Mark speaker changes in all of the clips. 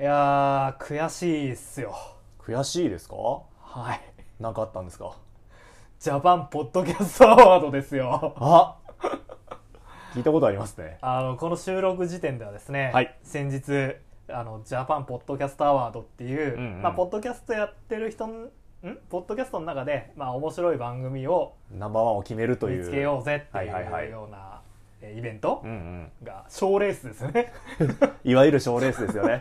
Speaker 1: いやー悔しいっすよ
Speaker 2: 悔しいですか
Speaker 1: はい
Speaker 2: 何かあったんですか
Speaker 1: ジャパンポッドキャストアワードですよ
Speaker 2: あ聞いたことありますね
Speaker 1: あのこの収録時点ではですね、
Speaker 2: はい
Speaker 1: 先日あのジャパンポッドキャストアワードっていう、
Speaker 2: うんうん
Speaker 1: まあ、ポッドキャストやってる人んんポッドキャストの中で、まあ、面白い番組を
Speaker 2: ナンバーワンを決めるという
Speaker 1: 見つけようぜって
Speaker 2: はいいはいはいう
Speaker 1: ようなえーイベント
Speaker 2: うんうん
Speaker 1: が賞レースですね
Speaker 2: いわゆる賞レースですよね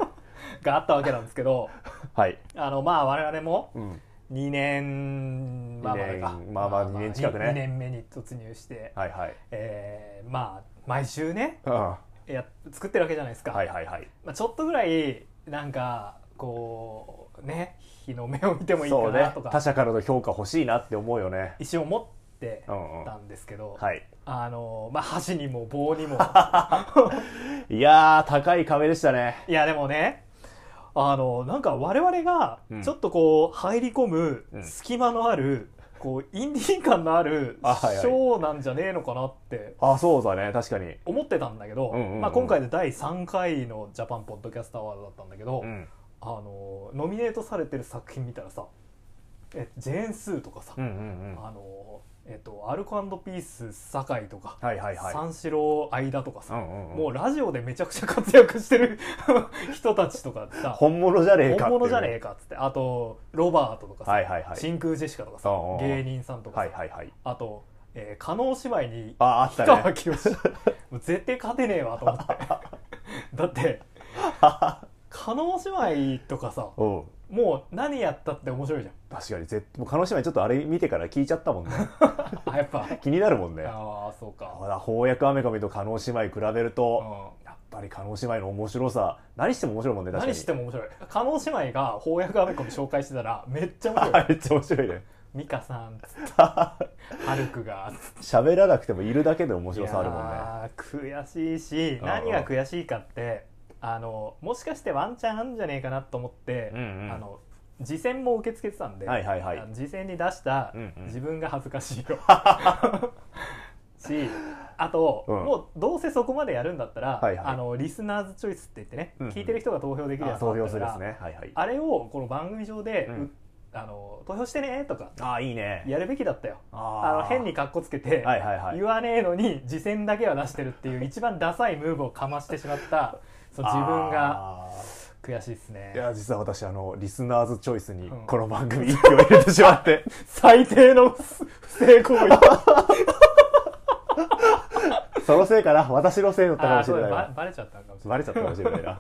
Speaker 1: があったわけなんですけど
Speaker 2: はい、
Speaker 1: あのまあ我々も
Speaker 2: うん、
Speaker 1: 2年まあまだか
Speaker 2: 二年まあまあ二年近くね
Speaker 1: 2年目に突入して、
Speaker 2: はいはい
Speaker 1: えーまあ毎週ね
Speaker 2: うんは
Speaker 1: や作ってるわけじゃないです
Speaker 2: い
Speaker 1: か、
Speaker 2: はいはい
Speaker 1: まあ、ちょっとぐらいなんかこうね日の目を見てもいい
Speaker 2: そ
Speaker 1: か
Speaker 2: う
Speaker 1: な
Speaker 2: ね
Speaker 1: と
Speaker 2: 他
Speaker 1: か
Speaker 2: 者からの評価欲しいなって思うよね
Speaker 1: 一瞬思って
Speaker 2: うんうん
Speaker 1: たんですけど、
Speaker 2: はい
Speaker 1: あのまあ箸にも棒 にも
Speaker 2: いやー高い壁でしたね
Speaker 1: いやでもねあのなんか我々が
Speaker 2: うん
Speaker 1: ちょっとこう入り込む
Speaker 2: うん
Speaker 1: 隙間のある、こうインディー感のある
Speaker 2: あはいはい
Speaker 1: ショーなんじゃねえのかなって
Speaker 2: あそうだね確かに
Speaker 1: 思ってたんだけど、
Speaker 2: うんうんうん
Speaker 1: まあ、今回で第3回のジャパンポッドキャストアワードだったんだけど、
Speaker 2: うん
Speaker 1: あのノミネートされてる作品見たらさえジェーン・スーとかさ、
Speaker 2: うんうんうんは
Speaker 1: あのえっとアルコピース酒井とか、
Speaker 2: いはいはい
Speaker 1: 三四郎相田とか
Speaker 2: う
Speaker 1: さ、
Speaker 2: んうんうん
Speaker 1: もうラジオでめちゃくちゃ活躍してる 人たちとかさ
Speaker 2: 本物じゃねえかっていう
Speaker 1: 本物じゃねえかっつってあとロバートとかさ、
Speaker 2: はいはいはい
Speaker 1: 真空ジェシカとかさ
Speaker 2: うんうんうん
Speaker 1: 芸人さんとかさ、
Speaker 2: はいはいはい
Speaker 1: あと、えー、加納姉妹に
Speaker 2: ああった
Speaker 1: 氷
Speaker 2: ね
Speaker 1: 川きよしもう絶対勝てねえわと 思ってだって加納姉妹とかさ
Speaker 2: うん
Speaker 1: もう何やったって面白いじ
Speaker 2: 確かに絶もう鹿児島にちょっとあれ見てから聞いちゃったもん ね
Speaker 1: ゃんあやっぱ
Speaker 2: 気になるもんね
Speaker 1: ああそうか、
Speaker 2: あ翻訳アメカメと加納姉妹比べる
Speaker 1: う
Speaker 2: と
Speaker 1: ん
Speaker 2: やっぱり加納姉妹の面白さ何しても面白いもんね確かに
Speaker 1: 何して も
Speaker 2: も
Speaker 1: 面白い加納姉妹が翻訳アメコミ紹介してたらめっちゃ面白い
Speaker 2: めっちゃ面白いね
Speaker 1: 美香さんっつ ってハルクが
Speaker 2: 喋らなくてもいるだけで面白さあるもん
Speaker 1: い
Speaker 2: ね
Speaker 1: やー悔しいし
Speaker 2: うん
Speaker 1: 何が悔しいかってあのもしかしてワンチャンあるんじゃねえかなと思って、
Speaker 2: うんうん
Speaker 1: あの次戦も受け付けてたんで、
Speaker 2: はいはいはい
Speaker 1: あの次戦に出した
Speaker 2: うんうん
Speaker 1: 自分が恥ずかしいよ、 しあと、
Speaker 2: うん
Speaker 1: もうどうせそこまでやるんだったら、
Speaker 2: はいはい
Speaker 1: あのリスナーズチョイスって言ってね、
Speaker 2: うんうん
Speaker 1: 聞いてる人が投票できるや
Speaker 2: あ
Speaker 1: つだ
Speaker 2: 投
Speaker 1: った
Speaker 2: 票
Speaker 1: か
Speaker 2: する
Speaker 1: ら
Speaker 2: ですねはいはい
Speaker 1: あれをこの番組上で、
Speaker 2: うん
Speaker 1: うあの投票してねとか
Speaker 2: あいいね
Speaker 1: やるべきだったよあ
Speaker 2: あ
Speaker 1: の変に
Speaker 2: か
Speaker 1: かっこつけて、
Speaker 2: はいはいはい
Speaker 1: 言わねえのに次戦だけは出してるっていう一番ダサいムーブをかましてしまったそう自分が
Speaker 2: あ
Speaker 1: 悔しいです
Speaker 2: ー
Speaker 1: ね
Speaker 2: いや実は私あのリスナーズチョイスに
Speaker 1: うん
Speaker 2: この番組一票入れてしまって
Speaker 1: 最低の不不正行為
Speaker 2: そのせいかな私のせいだったか
Speaker 1: あ
Speaker 2: も
Speaker 1: ー
Speaker 2: し
Speaker 1: そう
Speaker 2: れ
Speaker 1: だ
Speaker 2: ない
Speaker 1: ば
Speaker 2: わ
Speaker 1: バレちゃったのかもしれな
Speaker 2: バ
Speaker 1: い
Speaker 2: レちゃったかもしれないな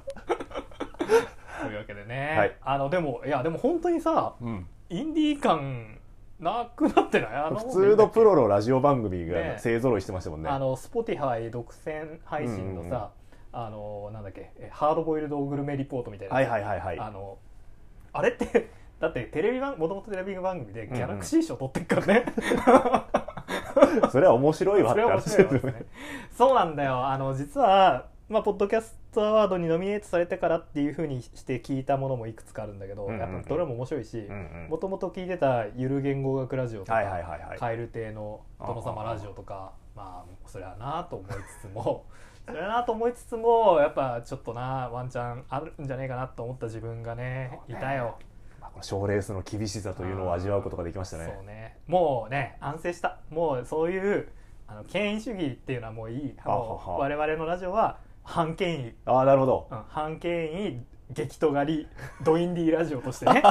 Speaker 1: というわけでね、
Speaker 2: はい
Speaker 1: あのでもいやでも本当にさ
Speaker 2: うん
Speaker 1: インディー感なくなってないあの
Speaker 2: 普通のプロのラジオ番組
Speaker 1: ね
Speaker 2: が勢ぞろいしてましたもんね
Speaker 1: あの Spotify 独占配信のさ、あのなんだっけえハードボイルドグルメリポートみたいな
Speaker 2: はいはいはいはい
Speaker 1: あのあれって だってテレビ番もともとテレビ番組で
Speaker 2: んうん
Speaker 1: ギャラクシー賞取ってっから ね、
Speaker 2: それは面白いわっ
Speaker 1: そ
Speaker 2: て
Speaker 1: れは面
Speaker 2: 話
Speaker 1: 白いわですねそうなんだよあの実は、まあ、ポッドキャストアワードにノミネートされてからっていうふうにして聞いたものもいくつかあるんだけど、
Speaker 2: うんうんうん
Speaker 1: やっぱどれも面白いし
Speaker 2: うんうん
Speaker 1: もともと聞いてた「ゆる言語学ラジオ」とか「
Speaker 2: はいはいはいはい
Speaker 1: カエル亭の殿様ラジオ」とかまあそれはなあと思いつつも それはなあと思いつつもやっぱちょっとなワンチャンあるんじゃねえかなと思った自分がね
Speaker 2: そう
Speaker 1: い
Speaker 2: ね
Speaker 1: たよ。
Speaker 2: まあこの賞レースの厳しさというのを味わうことができました
Speaker 1: そう
Speaker 2: ね
Speaker 1: ねもうね安静したもうそういうあの権威主義っていうのはもういい
Speaker 2: はは
Speaker 1: もう我々のラジオは反権威、
Speaker 2: ああなるほど
Speaker 1: うん、反権威激と狩りドインディーラジオとして ね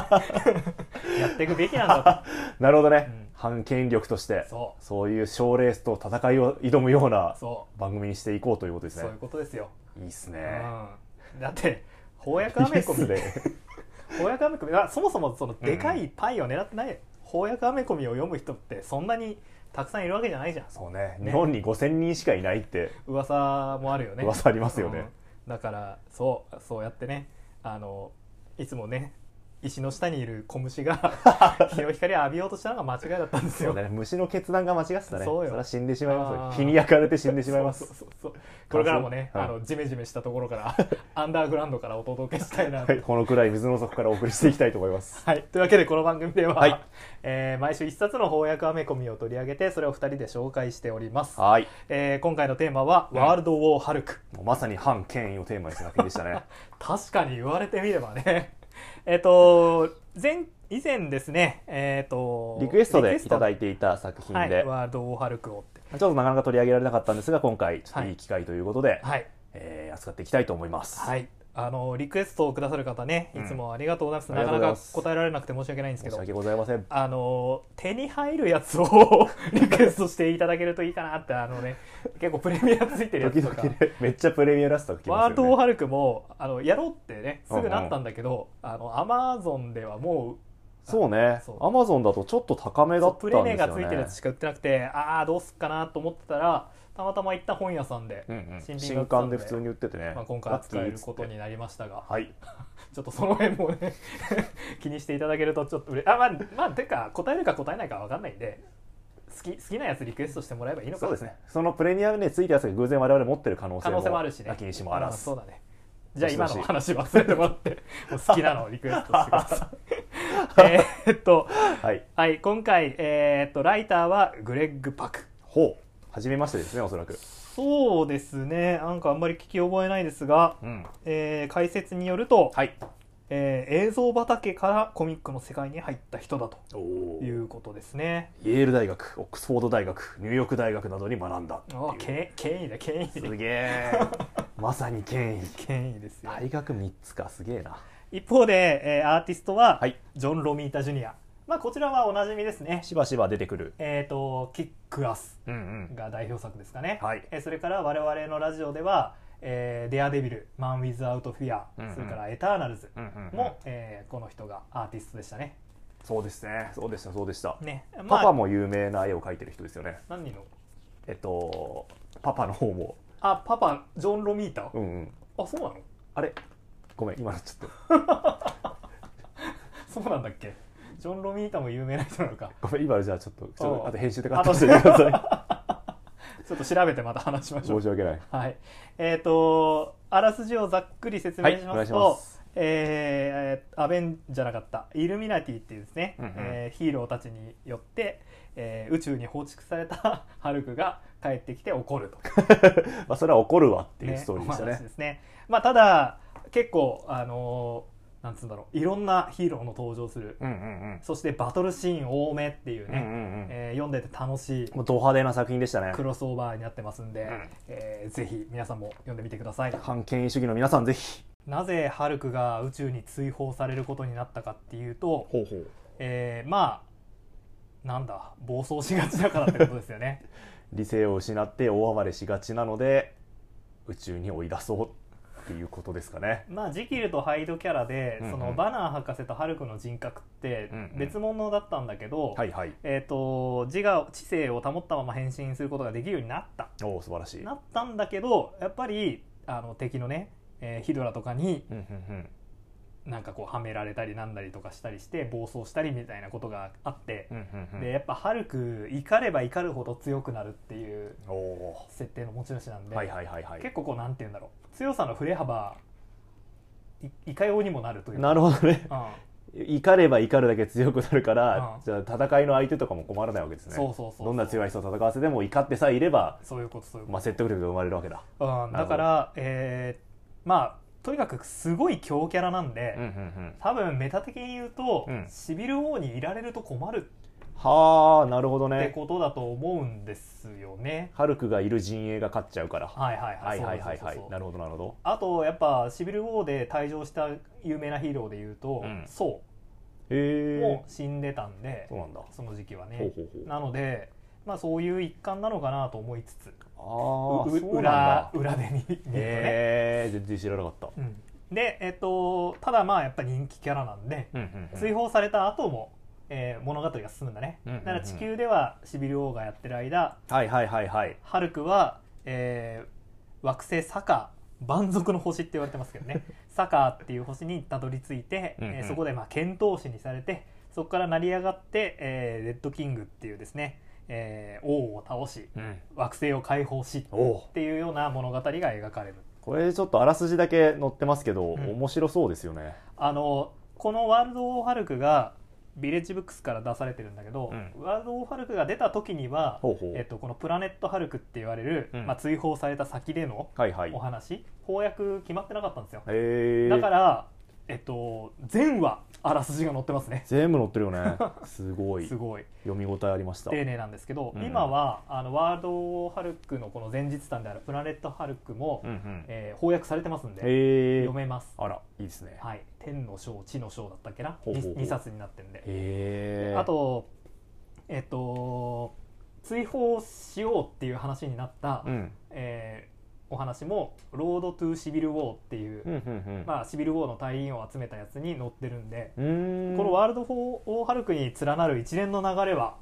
Speaker 1: やっていくべきなんだ
Speaker 2: なるほど
Speaker 1: う
Speaker 2: ね
Speaker 1: ん
Speaker 2: 反権力として
Speaker 1: とそう
Speaker 2: そういう賞レースと戦いを挑むような
Speaker 1: そ
Speaker 2: 番組にしていこうということで
Speaker 1: う
Speaker 2: す
Speaker 1: そう
Speaker 2: ね
Speaker 1: いうことですよ、
Speaker 2: いいっすね
Speaker 1: うん、だ って翻訳
Speaker 2: い
Speaker 1: ア
Speaker 2: い
Speaker 1: メ
Speaker 2: っ
Speaker 1: コ
Speaker 2: す
Speaker 1: ミ
Speaker 2: ね
Speaker 1: 翻訳アメコミあそもそもその
Speaker 2: うん
Speaker 1: でかいパイを狙ってない、翻訳アメコミを読む人ってそんなにたくさんいるわけじゃないじゃん
Speaker 2: そうね
Speaker 1: ね
Speaker 2: 日本に5000人しかいないって
Speaker 1: 噂もあるよね
Speaker 2: 噂ありますよね
Speaker 1: うんだからそうそうやってねあのいつもね石の下にいる小虫が 日の光を浴びようとしたのが間違いだったんです
Speaker 2: そ
Speaker 1: よ
Speaker 2: うだね虫の決断が間違ってたね
Speaker 1: そうよ
Speaker 2: れは死んでしまい
Speaker 1: あ
Speaker 2: ま
Speaker 1: ー
Speaker 2: すよ日に焼かれて死んでしまいま
Speaker 1: そ
Speaker 2: す
Speaker 1: うそうそうそうこれからもね、
Speaker 2: はい
Speaker 1: あのジメジメしたところから アンダーグラウンドからお届けしたいなと
Speaker 2: はい、このくらい水の底からお送りしていきたいと思います
Speaker 1: はい、というわけでこの番組では、
Speaker 2: はい
Speaker 1: えー毎週一冊の翻訳アメコミを取り上げてそれを二人で紹介しております、
Speaker 2: はい
Speaker 1: えー今回のテーマは「
Speaker 2: うん
Speaker 1: ワールド・ウォー・ハルク
Speaker 2: もうまさに反権威をテーマにした作品でし たね」
Speaker 1: 確かに言われてみればね えっと前以前ですねえっと
Speaker 2: リクエストでいただ
Speaker 1: い
Speaker 2: いていた作品
Speaker 1: はい、
Speaker 2: で、
Speaker 1: ワールド・ウォー・ハルクをって
Speaker 2: ちょっとなかなか取り上げられなかったんですが今回ちょっといい機会ということで、
Speaker 1: はい
Speaker 2: えー扱っていきたいと思います、
Speaker 1: はいあのリクエストをくださる方ねいつもありがとうございます、
Speaker 2: うん
Speaker 1: なか
Speaker 2: あ
Speaker 1: な
Speaker 2: りがと
Speaker 1: か
Speaker 2: うございます
Speaker 1: 答えられなくて申し訳ないんですけ
Speaker 2: 申し
Speaker 1: ど
Speaker 2: 訳ございません
Speaker 1: あの手に入るやつをリクエストしていただけるといいかなってあのね結構プレミアついてるや
Speaker 2: 時
Speaker 1: つと
Speaker 2: 々
Speaker 1: か、
Speaker 2: ね めっちゃプレミアラストが来
Speaker 1: ワー
Speaker 2: ま
Speaker 1: ル
Speaker 2: す
Speaker 1: ド・オー・
Speaker 2: よね
Speaker 1: ハルクもあのやろうってねすぐなったんだけど、あのアマゾンではも
Speaker 2: そうね
Speaker 1: そう
Speaker 2: アマゾンだとちょっと高め
Speaker 1: う
Speaker 2: だ
Speaker 1: そ
Speaker 2: っ
Speaker 1: う
Speaker 2: た
Speaker 1: プ
Speaker 2: ん
Speaker 1: レネ
Speaker 2: です
Speaker 1: がつ
Speaker 2: よ
Speaker 1: いてるや
Speaker 2: ね
Speaker 1: つしか売ってなくてああどうすっかなと思ってたらたまたま行った本屋さんで、
Speaker 2: うんうん
Speaker 1: 新品が売ってたん
Speaker 2: 新刊
Speaker 1: で
Speaker 2: で普通に売っててね、
Speaker 1: まあ、今回
Speaker 2: ラッキ
Speaker 1: 扱え
Speaker 2: ーっ
Speaker 1: る
Speaker 2: つって
Speaker 1: ことになりましたが
Speaker 2: はい
Speaker 1: ちょっとその辺もね 気にしていただけるとちょっとうれあまあまあてか答えるか答えないかわかんないんで好き好きなやつリクエストしてもらえばいいのか
Speaker 2: そうですねそのプレミアムについたやつが偶然我々持ってる可能性
Speaker 1: 可
Speaker 2: も
Speaker 1: 能性もあるしね
Speaker 2: なきにしもあら
Speaker 1: うん
Speaker 2: ず
Speaker 1: そうだねじゃあ
Speaker 2: どしど
Speaker 1: 今
Speaker 2: し
Speaker 1: の話忘れてもらってもう好きなのをリクエストしてくださ いえーっと
Speaker 2: はい
Speaker 1: はい今回えーっとライターはグレッグ・パク
Speaker 2: ほう初めましてですねおそらく
Speaker 1: そうですねなんかあんまり聞き覚えないですが、
Speaker 2: うん
Speaker 1: えー解説によると、
Speaker 2: はい
Speaker 1: えー映像畑からコミックの世界に入った人だと
Speaker 2: おお
Speaker 1: い
Speaker 2: イ
Speaker 1: うことですね
Speaker 2: ェール大学オックスフォード大学ニューヨーク大学などに学んだっていう
Speaker 1: あけ権威だ権
Speaker 2: す
Speaker 1: 威
Speaker 2: げえ まさに権威
Speaker 1: 権威ですよ、
Speaker 2: 大学3つかすげえな
Speaker 1: 一方で、えーアーティストは、
Speaker 2: はい
Speaker 1: ジョン・ロミータ・ジュニアまあこちらはおなじみですね
Speaker 2: しばしば出てくる
Speaker 1: えー、とキックアス
Speaker 2: うんうん
Speaker 1: が代表作ですかね、
Speaker 2: はい
Speaker 1: えーそれから我々のラジオでは「えーデアデビル」「マン・ウィズ・アウト・フィア」
Speaker 2: うんうん
Speaker 1: それから「エターナルズ
Speaker 2: うんうんうん
Speaker 1: も」えーこの人がアーティストでしたね
Speaker 2: そうですねそうでしたそうでした、
Speaker 1: ね
Speaker 2: パパも有名な絵を描いてる人ですよね
Speaker 1: 何の
Speaker 2: えっとパパの方も
Speaker 1: あパパジョン・ロミータ、
Speaker 2: うんうん
Speaker 1: あそうなの
Speaker 2: あれごめん今のちょっ
Speaker 1: そうなんだっけジョン・ロミータも有名な人なのか
Speaker 2: とごめん今のじゃあちょっとちょっ
Speaker 1: おう
Speaker 2: とあと編集でカットしてくださ
Speaker 1: ちょっと調べてまた話しま
Speaker 2: い
Speaker 1: しょう
Speaker 2: 申し訳ない
Speaker 1: はい。えっ、と、あらすじをざっくり説明し
Speaker 2: はいお
Speaker 1: ま
Speaker 2: 願い
Speaker 1: す
Speaker 2: し
Speaker 1: と、
Speaker 2: ます
Speaker 1: えーアベンじゃなかった、イルミナティっていうですね、
Speaker 2: うんうん
Speaker 1: えーヒーローたちによって、えー宇宙に放逐された ハルクが帰ってきて怒ると。
Speaker 2: まあそれは怒るわっていう
Speaker 1: ね
Speaker 2: ストーリーでした
Speaker 1: お
Speaker 2: ね
Speaker 1: 話ですね。まあ、ただ、結構、あのーなんつうんだろう、いろんなヒーローの登場する、
Speaker 2: うんうん
Speaker 1: そしてバトルシーン多めっていう
Speaker 2: うんうんう
Speaker 1: ね、
Speaker 2: んうん
Speaker 1: えー読んでて楽しい
Speaker 2: もうド派手な作品でしたね
Speaker 1: クロスオーバーになってますんで、
Speaker 2: うん
Speaker 1: えーぜひ皆さんも読んでみてください。
Speaker 2: 反権威主義の皆さんぜひ
Speaker 1: なぜハルクが宇宙に追放されることになったかっていうと、
Speaker 2: ほうほう
Speaker 1: えーまあなんだ暴走しがちだからってことですよ ね
Speaker 2: 理性を失って大暴れしがちなので宇宙に追い出そうっていうことですかね
Speaker 1: まあジキルとハイドキャラで、
Speaker 2: うんうん
Speaker 1: そのバナー博士とハルクの人格って
Speaker 2: うんうん
Speaker 1: 別物だったんだけど、
Speaker 2: はいはい
Speaker 1: えー、と自我知性を保ったまま変身することができるようになった
Speaker 2: おお素晴らしい
Speaker 1: なったんだけどやっぱりあの敵のね、えーヒドラとかに
Speaker 2: うんうんうん
Speaker 1: なんかこうはめられたりなんだりとかしたりして暴走したりみたいなことがあって、
Speaker 2: うんうん
Speaker 1: でやっぱハルク怒れば怒るほど強くなるっていう
Speaker 2: おお
Speaker 1: 設定の持ち主なんで、
Speaker 2: ーはいはいはいはい
Speaker 1: 結構こうなんて言うんだろう強さの振れ幅いいかようにもなるというか
Speaker 2: なるほどね
Speaker 1: うん
Speaker 2: 怒れば怒るだけ強くなるから
Speaker 1: うん
Speaker 2: じゃあ戦いの相手とかも困らないわけですね
Speaker 1: そうそうそう
Speaker 2: どんな強い人と戦わせても怒ってさえいれば
Speaker 1: そういうことそういうこ
Speaker 2: まあ説得力が生まれるわけだ
Speaker 1: と、うん、だから、えーまあとにかくすごい強キャラなんで、
Speaker 2: うんうんうん
Speaker 1: 多分メタ的に言うと、
Speaker 2: うん
Speaker 1: シビル王にいられると困る
Speaker 2: はあなるほど
Speaker 1: って
Speaker 2: ね
Speaker 1: ことだと思うんですよね。
Speaker 2: ハルクがいる陣営が勝っちゃうからは
Speaker 1: はいはいはい
Speaker 2: いはいは
Speaker 1: そう
Speaker 2: い
Speaker 1: そう
Speaker 2: は
Speaker 1: そうそう
Speaker 2: いなるほどなるほど
Speaker 1: あとやっぱシビル王で退場した有名なヒーローで言うと、
Speaker 2: うん
Speaker 1: そう
Speaker 2: へえ
Speaker 1: もう死んでたんで、
Speaker 2: そうなんだ
Speaker 1: その時期は
Speaker 2: ほ
Speaker 1: ね
Speaker 2: う。ほうほう
Speaker 1: なので、まあ、そういう一環なのかなと思いつつ、
Speaker 2: ああ
Speaker 1: う
Speaker 2: そうなん
Speaker 1: 裏
Speaker 2: だ
Speaker 1: 裏で見見るとね。
Speaker 2: へえ全然知らなかった
Speaker 1: うんで、えっと、ただまあやっぱ人気キャラなんで、追
Speaker 2: 追放
Speaker 1: 放された後も、えー物語が進むんだね。
Speaker 2: うんうんうん
Speaker 1: だから地球ではシビル王がやってる間
Speaker 2: はいはいはいはい
Speaker 1: ハルクは、えー惑星サカ蛮族の星って言われてますけど ねサカーっていう星にたどり着いて、
Speaker 2: うんうん
Speaker 1: えーそこでまあ遣唐使にされてそこから成り上がって、えーレッドキングっていうですね、えー王を倒し
Speaker 2: うん、
Speaker 1: 惑星を解放し
Speaker 2: おう
Speaker 1: っていうような物語が描かれる
Speaker 2: これちょっとあらすじだけ載ってますけど、
Speaker 1: うん
Speaker 2: 面白そうですよね
Speaker 1: あのこの「ワールド・オー・ハルク」がビレッジブックスから出されてるんだけど、
Speaker 2: う
Speaker 1: ワールド・オー・ハルクが出た時には、
Speaker 2: ほうほう、
Speaker 1: えっと、このプラネット・ハルクって言われる、
Speaker 2: うん
Speaker 1: まあ、追放された先での
Speaker 2: はいはい
Speaker 1: お話公約決まってなかったんですよ
Speaker 2: えー、
Speaker 1: だから、えっと、全話あらすじが載ってますね
Speaker 2: 全部載ってるよね すごい
Speaker 1: すごい
Speaker 2: 読み応えありました
Speaker 1: 丁寧なんですけど、
Speaker 2: うん
Speaker 1: 今はあのワールド・ハルクのこの前日譚であるプラネット・ハルクも、
Speaker 2: うんうん
Speaker 1: えー翻訳されてますんで、
Speaker 2: えー
Speaker 1: 読めます、
Speaker 2: あらいいですね
Speaker 1: はい、天の章地の章だったっけな
Speaker 2: ほうほうほう
Speaker 1: 2, 冊になってるんで
Speaker 2: えー、
Speaker 1: あとえっと追放しようっていう話になった、
Speaker 2: うん
Speaker 1: えーお話も「ロード・トゥ・シビル・ウォー」っていう、
Speaker 2: うんうんうん
Speaker 1: まあ、シビル・ウォーの隊員を集めたやつに載ってるんで、
Speaker 2: うーん
Speaker 1: この「ワールド・フォー・オー・ハルク」に連なる一連の流れは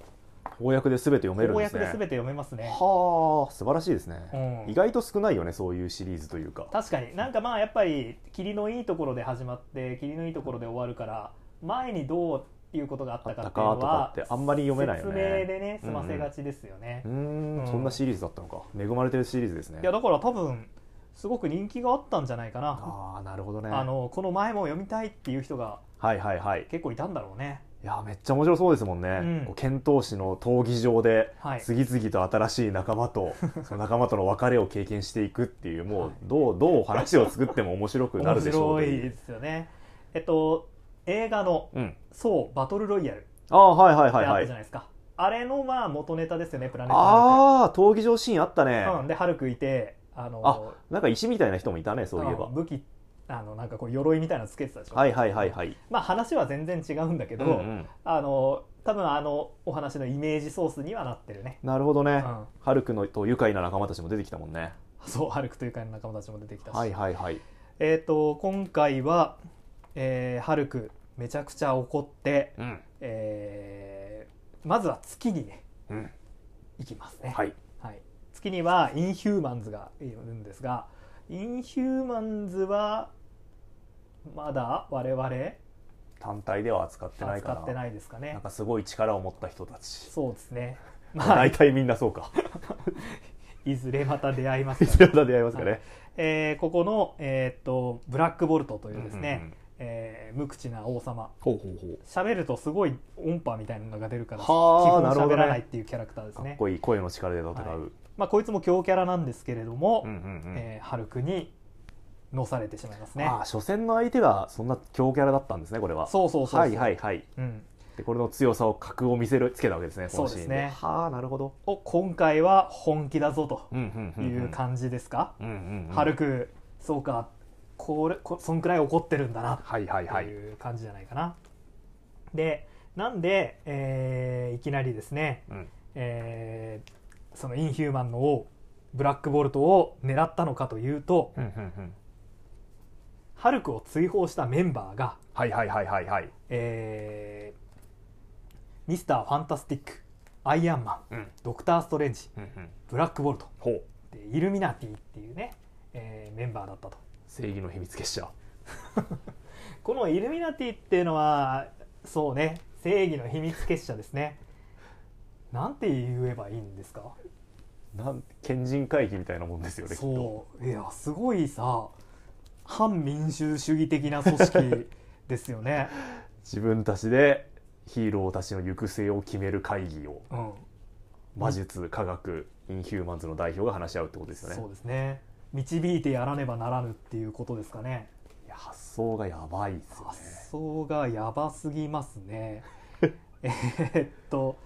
Speaker 2: 翻訳で全て読めるん
Speaker 1: 公
Speaker 2: で
Speaker 1: 約
Speaker 2: すね
Speaker 1: で全て読めますね。
Speaker 2: はあ素晴らしいですね、
Speaker 1: うん
Speaker 2: 意外と少ないよねそういうシリーズというか
Speaker 1: 確かになんかまあやっぱり霧のいいところで始まって霧のいいところで終わるから前にどういうことがあったかっていう
Speaker 2: あったかと
Speaker 1: の
Speaker 2: か
Speaker 1: は
Speaker 2: ってあんまり読めないよね
Speaker 1: 説明でね済ませがちですよね、
Speaker 2: うーん
Speaker 1: うん
Speaker 2: そんなシリーズだったのか恵まれてるシリーズですね
Speaker 1: いやだから多分すごく人気があったんじゃないかな
Speaker 2: ああなるほどね
Speaker 1: あのこの前も読みたいっていう人が
Speaker 2: はいはいはい
Speaker 1: 結構いたんだろうね
Speaker 2: いやめっちゃ面白そうですもんね、
Speaker 1: うん
Speaker 2: こう遣唐使の闘技場で
Speaker 1: はい
Speaker 2: 次々と新しい仲 間と、その仲間との別れを経験していくっていうも
Speaker 1: は
Speaker 2: う
Speaker 1: い
Speaker 2: どうどう話を作っても面白くな
Speaker 1: 面
Speaker 2: るでしょう
Speaker 1: 白
Speaker 2: と
Speaker 1: い
Speaker 2: いう
Speaker 1: ですよねえっと映画の
Speaker 2: うん、
Speaker 1: 「そうバトルロイヤル」
Speaker 2: ああはいは
Speaker 1: で
Speaker 2: い
Speaker 1: あ
Speaker 2: は
Speaker 1: っ
Speaker 2: い
Speaker 1: た
Speaker 2: は
Speaker 1: じゃ
Speaker 2: い
Speaker 1: ないですか、あれのまあ元ネタですよねプラネットハ
Speaker 2: ああ闘技場シーンあったね
Speaker 1: ル、ク、うん、でハルクいてあの
Speaker 2: あなんか石みたいな人もいたねそういえ
Speaker 1: あ
Speaker 2: ば
Speaker 1: の武器あのなんかこう鎧みたいなのつけてたでしょ、
Speaker 2: はいはいはいはい
Speaker 1: まあ話は全然違うんだけど、
Speaker 2: うんうん
Speaker 1: あの多分あのお話のイメージソースにはなってるね、
Speaker 2: なるほど
Speaker 1: う
Speaker 2: ね、
Speaker 1: ん、
Speaker 2: ハルクのと愉快な仲間たちも出てきたもんね
Speaker 1: そうハルクというかの仲間たちも出てきたし、
Speaker 2: はいはいはい
Speaker 1: えっ、と今回は、えーハルクめちゃくちゃ怒って、
Speaker 2: うん
Speaker 1: えーまずは月にね
Speaker 2: うん
Speaker 1: 行きますね、
Speaker 2: はい
Speaker 1: はい月にはインヒューマンズがいるんですがインヒューマンズはまだ我々
Speaker 2: 単体では扱ってないか
Speaker 1: 扱
Speaker 2: な
Speaker 1: ってないですかね
Speaker 2: なんかすごい力を持った人たち
Speaker 1: そうです ねまあ
Speaker 2: 大体みんなそうか
Speaker 1: いずれまた出会います
Speaker 2: い
Speaker 1: から
Speaker 2: つまた出会いますかね
Speaker 1: えーここの、えーっとブラックボルトというですね、
Speaker 2: うんうんうん
Speaker 1: えー無口な王様
Speaker 2: ほうほうほう
Speaker 1: 喋るとすごい音波みたいなのが出るから基
Speaker 2: はあ
Speaker 1: 本
Speaker 2: なるほどね
Speaker 1: 喋らないっていうキャラクターです
Speaker 2: か
Speaker 1: ね
Speaker 2: っこいい声の力で戦う、
Speaker 1: はいまあ、こいつも強キャラなんですけれども、
Speaker 2: うんうんうん
Speaker 1: えーハルクにのされてしまいますね
Speaker 2: ああ初戦の相手がそんな強キャラだったんですねこれは
Speaker 1: そうそうそうそう、
Speaker 2: はいはいはい
Speaker 1: うん、
Speaker 2: でこれの強さを格を見せるつけたわけですねこの
Speaker 1: そう
Speaker 2: シーンで
Speaker 1: ですね
Speaker 2: はあなるほど
Speaker 1: お今回は本気だぞと
Speaker 2: うんうん
Speaker 1: いう感じですか、
Speaker 2: うんうんうん
Speaker 1: ハルクそうかこれこそんくらい怒ってるんだな
Speaker 2: はいはいは
Speaker 1: っ
Speaker 2: い
Speaker 1: ていう感じじゃないかな。でなんで、えーいきなりですね、
Speaker 2: うん
Speaker 1: えーそのインヒューマンの王ブラックボルトを狙ったのかというと、
Speaker 2: うんうんうん
Speaker 1: ハルクを追放したメンバーが、
Speaker 2: はいはいはいはいはい
Speaker 1: えーミスター・ファンタスティックアイアンマン
Speaker 2: うん
Speaker 1: ドクター・ストレンジ
Speaker 2: うんうん
Speaker 1: ブラックボルト
Speaker 2: ほう
Speaker 1: でイルミナティっていうね、えーメンバーだったと。
Speaker 2: 正義の秘密結社
Speaker 1: このイルミナティっていうのはそうね正義の秘密結社ですねなんて言えばいいんですか
Speaker 2: なん賢人会議みたいなもんですよねきっと
Speaker 1: そういやすごいさ反民主主義的な組 織ですよね、
Speaker 2: 自分たちでヒーローたちの行く末を決める会議を
Speaker 1: うん、
Speaker 2: 魔術科学インヒューマンズの代表が話し合うってことですよね
Speaker 1: そうですね導いてやらねばならぬっていうことですかね
Speaker 2: いや発想がやばいですよね
Speaker 1: 発想がやばすぎます ねえーっと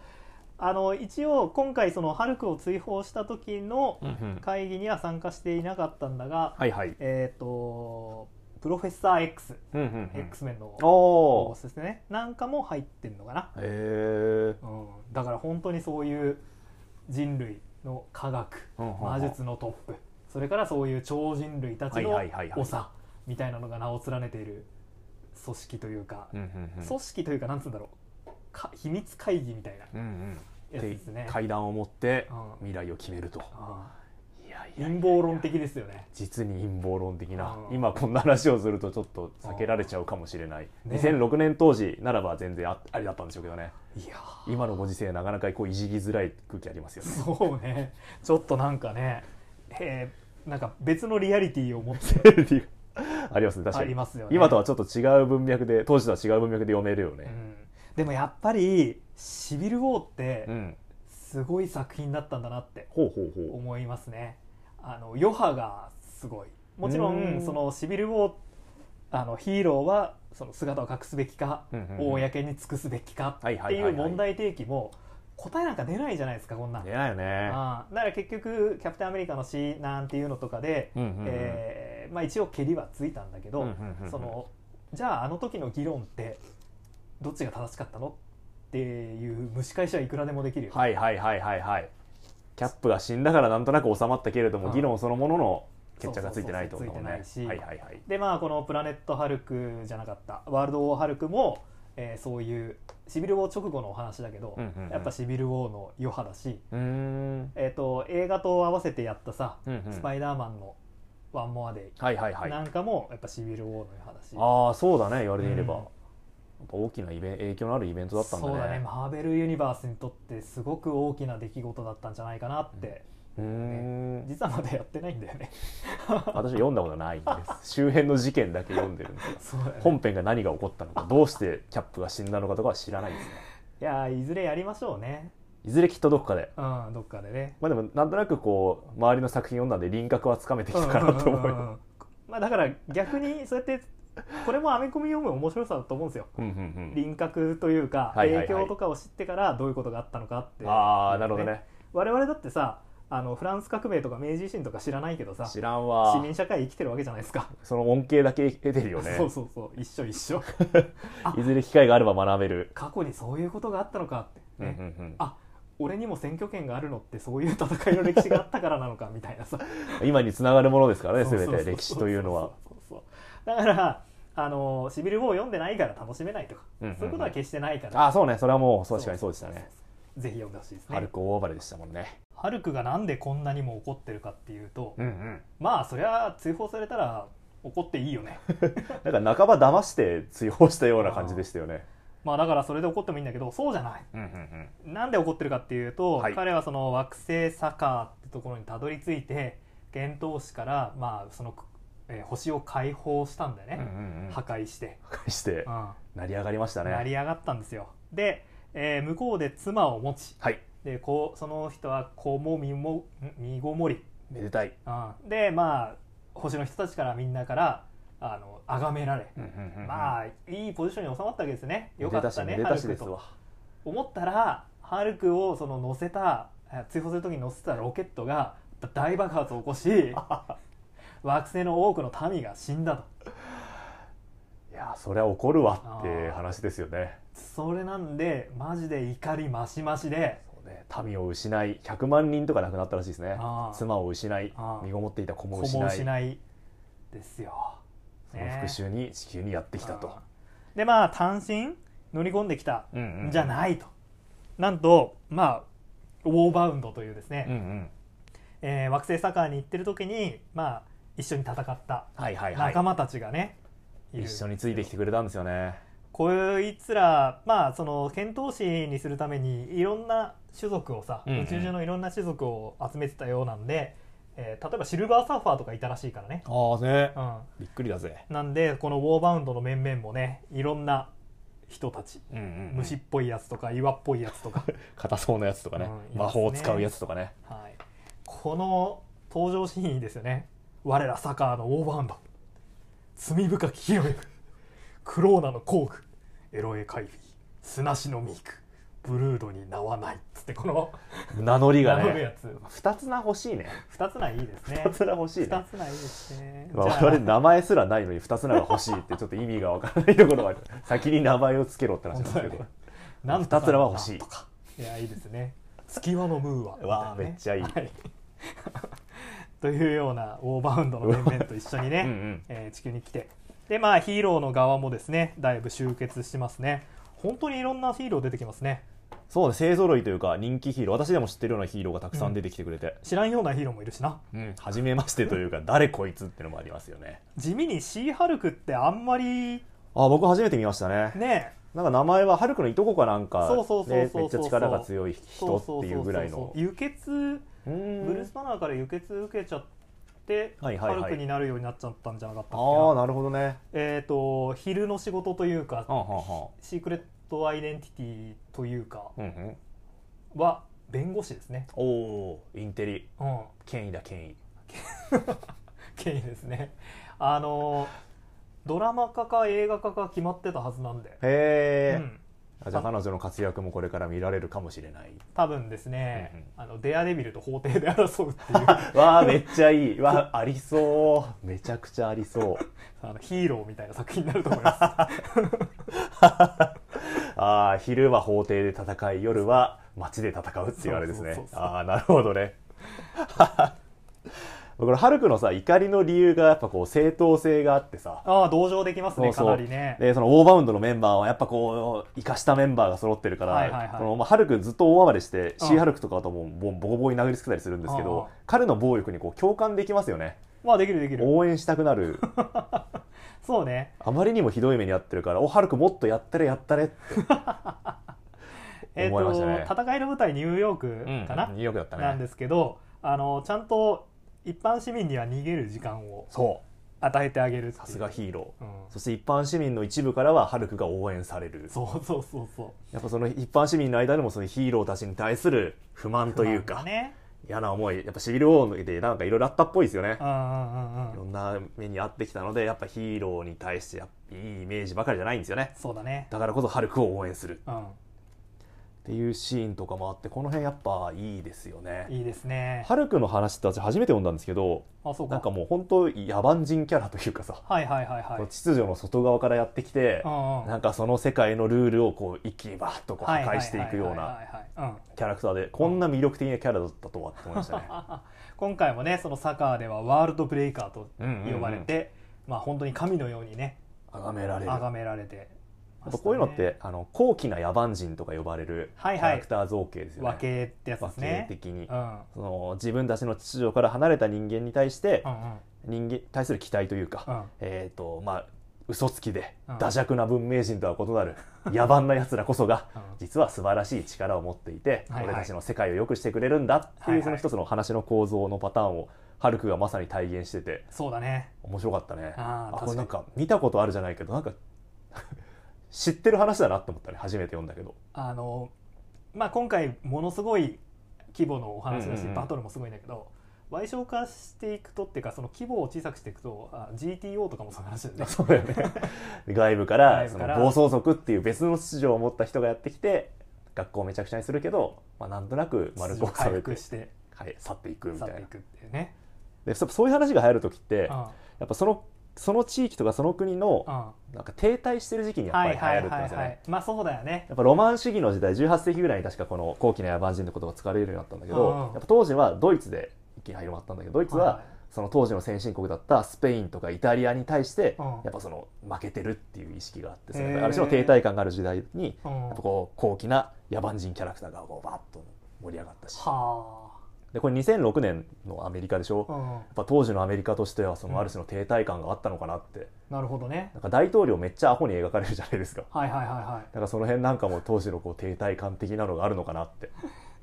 Speaker 1: あの一応今回そのハルクを追放した時の会議には参加していなかったんだが、
Speaker 2: はいはい、
Speaker 1: えっ、とプロフェッサー X、
Speaker 2: うんうん
Speaker 1: X メンの
Speaker 2: お
Speaker 1: ボ
Speaker 2: お
Speaker 1: スですねなんかも入ってんのかな、
Speaker 2: へえ
Speaker 1: うん、だから本当にそういう人類の科学魔術のトップそれからそういう超人類たちの
Speaker 2: はいはいはいはい
Speaker 1: 長みたいなのが名を連ねている組織というか、
Speaker 2: うんうんうん
Speaker 1: 組織というかなんつうんだろうか秘密会議みたいな
Speaker 2: うんうん
Speaker 1: やつですね
Speaker 2: で。階段を持って
Speaker 1: うん
Speaker 2: 未来を決めると
Speaker 1: あ
Speaker 2: いややいや
Speaker 1: 陰謀論的ですよね
Speaker 2: 実に陰謀論的な
Speaker 1: うん
Speaker 2: 今こんな話をするとちょっと避けられちゃうかもしれない、
Speaker 1: うんね
Speaker 2: 2006年当時ならば全然あありだったんでしょうけどね
Speaker 1: いやー
Speaker 2: 今のご時世なかなかこういじきづらい空気ありますよね
Speaker 1: そうねちょっとなんかねえーなんか別のリアリティを持って
Speaker 2: ありますね確
Speaker 1: あ
Speaker 2: か
Speaker 1: り
Speaker 2: に、
Speaker 1: ますよね
Speaker 2: 今とはちょっと違う文脈で当時とは違う文脈で読めるよ
Speaker 1: う
Speaker 2: ね、
Speaker 1: ん、でもやっぱりシビル・ウォーって
Speaker 2: うん
Speaker 1: すごい作品だったんだなって
Speaker 2: ほうほうほう
Speaker 1: 思いますねあの余波がすごいもちろ
Speaker 2: うん
Speaker 1: んそのシビル・ウォーあのヒーローはその姿を隠すべきか、
Speaker 2: うんうんうん
Speaker 1: 公に尽くすべきか
Speaker 2: はい
Speaker 1: っ
Speaker 2: は
Speaker 1: て
Speaker 2: いはい
Speaker 1: い
Speaker 2: はいう
Speaker 1: 問題提起も答えなんか出ないじゃないですかこんなん、
Speaker 2: 出ないよね
Speaker 1: ああだから結局「キャプテンアメリカの詩」なんていうのとかで、
Speaker 2: うんうんうん
Speaker 1: えーまあ、一応蹴りはついたんだけど、
Speaker 2: うんうんうんうん
Speaker 1: そのじゃああの時の議論ってどっちが正しかったのっていう蒸し返しはいくらでもできるよ、
Speaker 2: はいはいはいはいはいキャップが死んだからなんとなく収まったけれども、
Speaker 1: うん
Speaker 2: 議論そのものの決着がついてないってことだもんね
Speaker 1: そうそうそうついてないし
Speaker 2: はいはいはい
Speaker 1: でまあこの「プラネットハルク」じゃなかった「ワールド・ウォー・ハルクも」えーそういうシビル・ウォー直後のお話だけど、
Speaker 2: うんうんうん
Speaker 1: やっぱシビル・ウォーの余波だし、
Speaker 2: うーん
Speaker 1: えー、と映画と合わせてやったさ「
Speaker 2: うんうん
Speaker 1: スパイダーマン」の「ワンモア・デイ」
Speaker 2: はいはいはい
Speaker 1: なんかもやっぱシビル・ウォーの余波だし。
Speaker 2: ああそうだね言われてみれば、
Speaker 1: うん
Speaker 2: やっぱ大きなイベン影響のあるイベントだったんだね
Speaker 1: そうだねマーベル・ユニバースにとってすごく大きな出来事だったんじゃないかなって、
Speaker 2: うーん
Speaker 1: 実はまだやってないんだよ ね
Speaker 2: 私読んだことないんです周辺の事件だけ読んでるんです
Speaker 1: そ
Speaker 2: が
Speaker 1: うだよね
Speaker 2: 本編が何が起こったのかどうしてキャップが死んだのかとかは知らないですね
Speaker 1: いやーいずれやりましょうね
Speaker 2: いずれきっとどこかで
Speaker 1: うんどっかでね
Speaker 2: まあでもなんとなくこう周りの作品読んだんで輪郭はつかめてきたかなと思い
Speaker 1: うんうんうん
Speaker 2: ま
Speaker 1: うんまあだから逆にそうやってこれもアメコミ読む面白さだと思うんですよ
Speaker 2: すうんうんうん
Speaker 1: 輪郭というか
Speaker 2: はいはいはい
Speaker 1: 影響とかを知ってからどういうことがあったのかって、
Speaker 2: ああなるほどね
Speaker 1: 我々だってさあのフランス革命とか明治維新とか知らないけどさ
Speaker 2: 知
Speaker 1: 市
Speaker 2: らんわ
Speaker 1: 民社会生きてるわけじゃないですか、
Speaker 2: その恩恵だけ得てるよね
Speaker 1: そうそうそう一緒一緒あ
Speaker 2: いずれ機会があれば学べる、
Speaker 1: 過去にそういうことがあったのかって、
Speaker 2: うんう
Speaker 1: ね
Speaker 2: んうん
Speaker 1: あ俺にも選挙権があるのってそういう戦いの歴史があったからなのかみたいなさ
Speaker 2: 今につながるものですからね
Speaker 1: そうそう
Speaker 2: 全
Speaker 1: そう
Speaker 2: て歴史というのは
Speaker 1: そうそうそうだからあのシビル・ウォーを読んでないから楽しめないとか、
Speaker 2: うんうんうん
Speaker 1: そういうことは決してないから
Speaker 2: ああそうねそれはもう確かにそうでしたね
Speaker 1: ぜひ読んでほしいですね
Speaker 2: ハ
Speaker 1: ハ
Speaker 2: ル
Speaker 1: ル
Speaker 2: ク大暴れでしたもんね
Speaker 1: クがなんでこんなにも怒ってるかっていうと、
Speaker 2: うんうん
Speaker 1: まあそりゃ追放されたら怒っていいよね
Speaker 2: なんか半ば騙して追放したような感じでしたよね
Speaker 1: まあだからそれで怒ってもいいんだけどそうじゃない
Speaker 2: うんうんうん
Speaker 1: なんで怒ってるかっていうと、
Speaker 2: はい
Speaker 1: 彼はその惑星サッカーってところにたどり着いて幻冬師から、まあそのえー星を解放したんだよ
Speaker 2: うん
Speaker 1: ね、
Speaker 2: うんうん
Speaker 1: 破壊して、
Speaker 2: 破壊して
Speaker 1: うん
Speaker 2: 成り上がりました
Speaker 1: 成
Speaker 2: ね
Speaker 1: り上がったんですよで、えー向こうで妻を持ち
Speaker 2: はい
Speaker 1: でこうその人は子も身もん身ごもり、
Speaker 2: めでたい
Speaker 1: うん、でまあ星の人たちからみんなからあの崇められ、ま
Speaker 2: あ
Speaker 1: あいいポジションに収まったわけですねよ
Speaker 2: よ
Speaker 1: か
Speaker 2: か
Speaker 1: っ
Speaker 2: ったた
Speaker 1: ね
Speaker 2: ねめでた
Speaker 1: ハ
Speaker 2: し
Speaker 1: ル
Speaker 2: で
Speaker 1: ク
Speaker 2: す
Speaker 1: と
Speaker 2: わ
Speaker 1: 思ったらハルクをその乗せたえ追放する時に乗せたロケットが大爆発を起こ し惑星の多くの民が死んだと
Speaker 2: いやそりゃ怒るわっ
Speaker 1: あ
Speaker 2: て
Speaker 1: ー
Speaker 2: 話ですよね
Speaker 1: それなんでマジで怒りマシマシで
Speaker 2: そうね民を失い100万人とか亡くなったらしいですね
Speaker 1: あー
Speaker 2: 妻を失い
Speaker 1: あー
Speaker 2: 身ごもっていた子も
Speaker 1: 子
Speaker 2: 失
Speaker 1: も
Speaker 2: い
Speaker 1: 失いですよ
Speaker 2: その復讐に地球にやってきたと、
Speaker 1: うんでまあ単身乗り込んできた
Speaker 2: うん
Speaker 1: んじゃないと、なんとまあウォーバウンドというですね、
Speaker 2: うんうん
Speaker 1: えー惑星サッカーに行ってる時にまあ一緒に戦った
Speaker 2: はいはいはい
Speaker 1: 仲間たちがね、いる
Speaker 2: 一緒についてきてくれたんですよね
Speaker 1: こいつらまあその遣唐使にするためにいろんな種族をさ、
Speaker 2: うんうん
Speaker 1: 宇宙中のいろんな種族を集めてたようなんで、えー例えばシルバーサーファーとかいたらしいからね、
Speaker 2: ああね
Speaker 1: うん、
Speaker 2: びっくりだぜ
Speaker 1: なんでこのウォーバウンドの面々もねいろんな人たち
Speaker 2: うんうん
Speaker 1: 虫っぽいやつとか岩っぽいやつとか、
Speaker 2: 硬そうなやつとかね
Speaker 1: うんいますね
Speaker 2: 魔法を使うやつとかね
Speaker 1: はい、この登場シーンいいですよね我らサカーのウォーバウンド罪深きヒロエククローナの工具エロエカイフィ砂しのミークブルードに名はないっつってこの
Speaker 2: 名乗りが
Speaker 1: 名乗るや
Speaker 2: ね
Speaker 1: つ
Speaker 2: 二つ名欲しいね
Speaker 1: 二つないいですね
Speaker 2: 二つ名欲しい
Speaker 1: 二
Speaker 2: ね
Speaker 1: つないいですね
Speaker 2: まあ
Speaker 1: じゃあ
Speaker 2: 我々名前すらないのに二つ名が欲しいってちょっと意味がわからないところはある先に名前をつけろって話なんですけ
Speaker 1: 本当だ
Speaker 2: ど
Speaker 1: ねなんとか
Speaker 2: 二つらは欲しい
Speaker 1: なんとかいやいいですね月輪のムーアみたいなね
Speaker 2: わあめっちゃいい
Speaker 1: は というようなオーバウンドの面々と一緒にね
Speaker 2: うんうん
Speaker 1: えー地球に来てでまあヒーローの側もですねだいぶ集結してますね本当にいろんなヒーロー出てきますね
Speaker 2: そうね勢ぞろいというか人気ヒーロー私でも知ってるようなヒーローがたくさん出てきてくれて、
Speaker 1: 知らんようなヒーローもいるしな
Speaker 2: うん初めましてと いうか誰こいつってのもありますよね
Speaker 1: 地味にシーハルクってあんまり
Speaker 2: あ僕初めて見ましたね
Speaker 1: ね
Speaker 2: なんか名前はハルクのいとこかなんか
Speaker 1: そうそうそうそう
Speaker 2: ね
Speaker 1: そう
Speaker 2: めっちゃ力が強い人っていうぐらいの
Speaker 1: そうそうそうそう輸血
Speaker 2: うーん
Speaker 1: ブルース・バナーから輸血受けちゃって、
Speaker 2: はいはいはい
Speaker 1: ハルクになるようになっちゃったんじゃなかったっけな
Speaker 2: ああなるほどね
Speaker 1: えっ、と昼の仕事というか
Speaker 2: はんはんは
Speaker 1: シークレットアイデンティティというか
Speaker 2: んうんうん
Speaker 1: は弁護士ですね
Speaker 2: おおインテリ
Speaker 1: うん
Speaker 2: 権威だ権威
Speaker 1: 権威ですねあのドラマ化か映画化か決まってたはずなんで、
Speaker 2: へえ、
Speaker 1: うん、
Speaker 2: あじゃあ彼女の活躍もこれから見られるかもしれない
Speaker 1: 多分ですね、
Speaker 2: うんうん
Speaker 1: あのデアデビルと法廷で争う っていうあ
Speaker 2: わあめっちゃいいわあありそうめちゃくちゃありそう
Speaker 1: のヒーローみたいな作品になると思い ま
Speaker 2: ああ昼は法廷で戦い夜は街で戦うっていうあれですね
Speaker 1: そうそうそうそう
Speaker 2: ああなるほどね これハルクのさ怒りの理由がやっぱこう正当性があってさ
Speaker 1: すああ同情できますね
Speaker 2: そうそう
Speaker 1: かなりね
Speaker 2: でそのオーバウンドのメンバーはやっぱこう生かしたメンバーが揃ってるから、
Speaker 1: はいはいはい
Speaker 2: そのまあ、ハルクずっと大暴れして
Speaker 1: うん
Speaker 2: シーハルクとかともボボコボコに殴りつけたりするんですけ
Speaker 1: うん
Speaker 2: ど彼の暴力にこう共感できますよね
Speaker 1: まあできるできる
Speaker 2: 応援したくなる
Speaker 1: そうね
Speaker 2: あまりにもひどい目に遭ってるからおハルクもっとやったれやったれって
Speaker 1: えっ、
Speaker 2: 思いましたね
Speaker 1: と戦いの舞台ニューヨークかな、
Speaker 2: うんニューヨークだった
Speaker 1: なん
Speaker 2: ね
Speaker 1: ですけどあのちゃんと一般市民には逃げる時間を
Speaker 2: そう
Speaker 1: 与えてあげるっていう
Speaker 2: さすがヒーロー、
Speaker 1: うん
Speaker 2: そして一般市民の一部からはハルクが応援される
Speaker 1: そうそうそうそう
Speaker 2: やっぱその一般市民の間でもそのヒーローたちに対する不満という
Speaker 1: ま
Speaker 2: か、
Speaker 1: あね
Speaker 2: 嫌な思いやっぱシビル王でなんかいろいろあったっぽいですよね
Speaker 1: うんうんうんう
Speaker 2: い
Speaker 1: ん
Speaker 2: ろんな目に遭ってきたのでやっぱヒーローに対してやっぱいいイメージばかりじゃないんですよね
Speaker 1: そうだね
Speaker 2: だからこそハルクを応援する
Speaker 1: うん
Speaker 2: っていうシーンとかもあってこの辺やっぱいいですよね
Speaker 1: いいですね
Speaker 2: ハルクの話って私初めて読んだんですけど
Speaker 1: あそうか
Speaker 2: なんかもう本当野蛮人キャラというかさ、
Speaker 1: はいはいはいはい
Speaker 2: 秩序の外側からやってきて、
Speaker 1: うんうん
Speaker 2: なんかその世界のルールをこう一気にバーッとこう破
Speaker 1: はいはいはい
Speaker 2: 壊していくよう
Speaker 1: はい
Speaker 2: な
Speaker 1: はいはいうん
Speaker 2: キャラクターでこんな魅力的なキャラだったとはって思いま したね。
Speaker 1: 今回もねそのサッカーではワールドブレイカーと
Speaker 2: うんうんうん
Speaker 1: 呼ばれて、まあ本当に神のようにね
Speaker 2: 崇められる。や
Speaker 1: 崇められてま
Speaker 2: っ
Speaker 1: したね
Speaker 2: ぱこういうのってあの高貴な野蛮人とか呼ばれるキ
Speaker 1: はいはい
Speaker 2: ャラクター造形ですよね。
Speaker 1: 和系ってやつです
Speaker 2: 和
Speaker 1: ね
Speaker 2: 系的に
Speaker 1: う。ん
Speaker 2: その自分たちの秩序から離れた人間に対して
Speaker 1: うんうん
Speaker 2: 人間対する期待という
Speaker 1: う
Speaker 2: か、
Speaker 1: ん
Speaker 2: えっとまあ嘘つきで
Speaker 1: うん
Speaker 2: 惰弱な文明人とは異なる野蛮な奴らこそが
Speaker 1: うん
Speaker 2: 実は素晴らしい力を持っていて、
Speaker 1: はいはい
Speaker 2: 俺たちの世界を良くしてくれるんだって
Speaker 1: はいはい
Speaker 2: い
Speaker 1: う
Speaker 2: その一つの話の構造のパターンをハルクがまさに体現してて
Speaker 1: そうだね
Speaker 2: 面白かったね
Speaker 1: あー
Speaker 2: これ
Speaker 1: 確か
Speaker 2: なん
Speaker 1: に
Speaker 2: か見たことあるじゃないけどなんか 知ってる話だなって思ったね初めて読んだけど
Speaker 1: あのまあ今回ものすごい規模のお話だし、
Speaker 2: うんうんうん
Speaker 1: バトルもすごいんだけど賠償化していくとっていうかその規模を小さくしていくとあ GTO とか もそういう話だよね
Speaker 2: そうだよね外部か
Speaker 1: 外
Speaker 2: ら
Speaker 1: 部
Speaker 2: そ
Speaker 1: か
Speaker 2: の
Speaker 1: ら
Speaker 2: 暴走族っていう別の秩序を持った人がやってきて学校をめちゃくちゃにするけど、まあ、なんとなく 丸く収
Speaker 1: 回
Speaker 2: めて
Speaker 1: 復、して
Speaker 2: はい、去っていくみ
Speaker 1: 去
Speaker 2: た
Speaker 1: っ
Speaker 2: いな
Speaker 1: ていくっていうね
Speaker 2: でそそういう話が流行る時っ
Speaker 1: う
Speaker 2: て
Speaker 1: ん
Speaker 2: やっぱそのその地域とかその国の
Speaker 1: うん
Speaker 2: なんか停滞してる時期にやっぱ
Speaker 1: は
Speaker 2: り
Speaker 1: い
Speaker 2: 流行
Speaker 1: は
Speaker 2: る
Speaker 1: い
Speaker 2: って
Speaker 1: は
Speaker 2: 言うんで
Speaker 1: い
Speaker 2: すよね、
Speaker 1: はいまあそうだよね
Speaker 2: やっぱロマン主義の時代18世紀ぐらいに確かこの高貴な野蛮人って言葉を使われるようになったんだけど、
Speaker 1: うんうん
Speaker 2: やっぱ当時はドイツで一気に広まったんだけどドイツ
Speaker 1: はいは
Speaker 2: はいその当時の先進国だったスペインとかイタリアに対して
Speaker 1: うん
Speaker 2: やっぱその負けてるっていう意識があって
Speaker 1: へー
Speaker 2: ある種の停滞感がある時代に
Speaker 1: う
Speaker 2: や
Speaker 1: ん
Speaker 2: っぱこう高貴な野蛮人キャラクターがこうバッと盛り上がったし
Speaker 1: は
Speaker 2: でこれ2006年のアメリカでしょ、
Speaker 1: あ、
Speaker 2: やっ
Speaker 1: うん、
Speaker 2: ぱ当時のアメリカとしてはそ
Speaker 1: うん
Speaker 2: のある種の停滞感があったのかなって
Speaker 1: なるほどね
Speaker 2: なんか大統領めっちゃアホに描かれるじゃないですか
Speaker 1: はいはいはいはい
Speaker 2: だからその辺なんかも当時のこう停滞感的なのがあるのかなって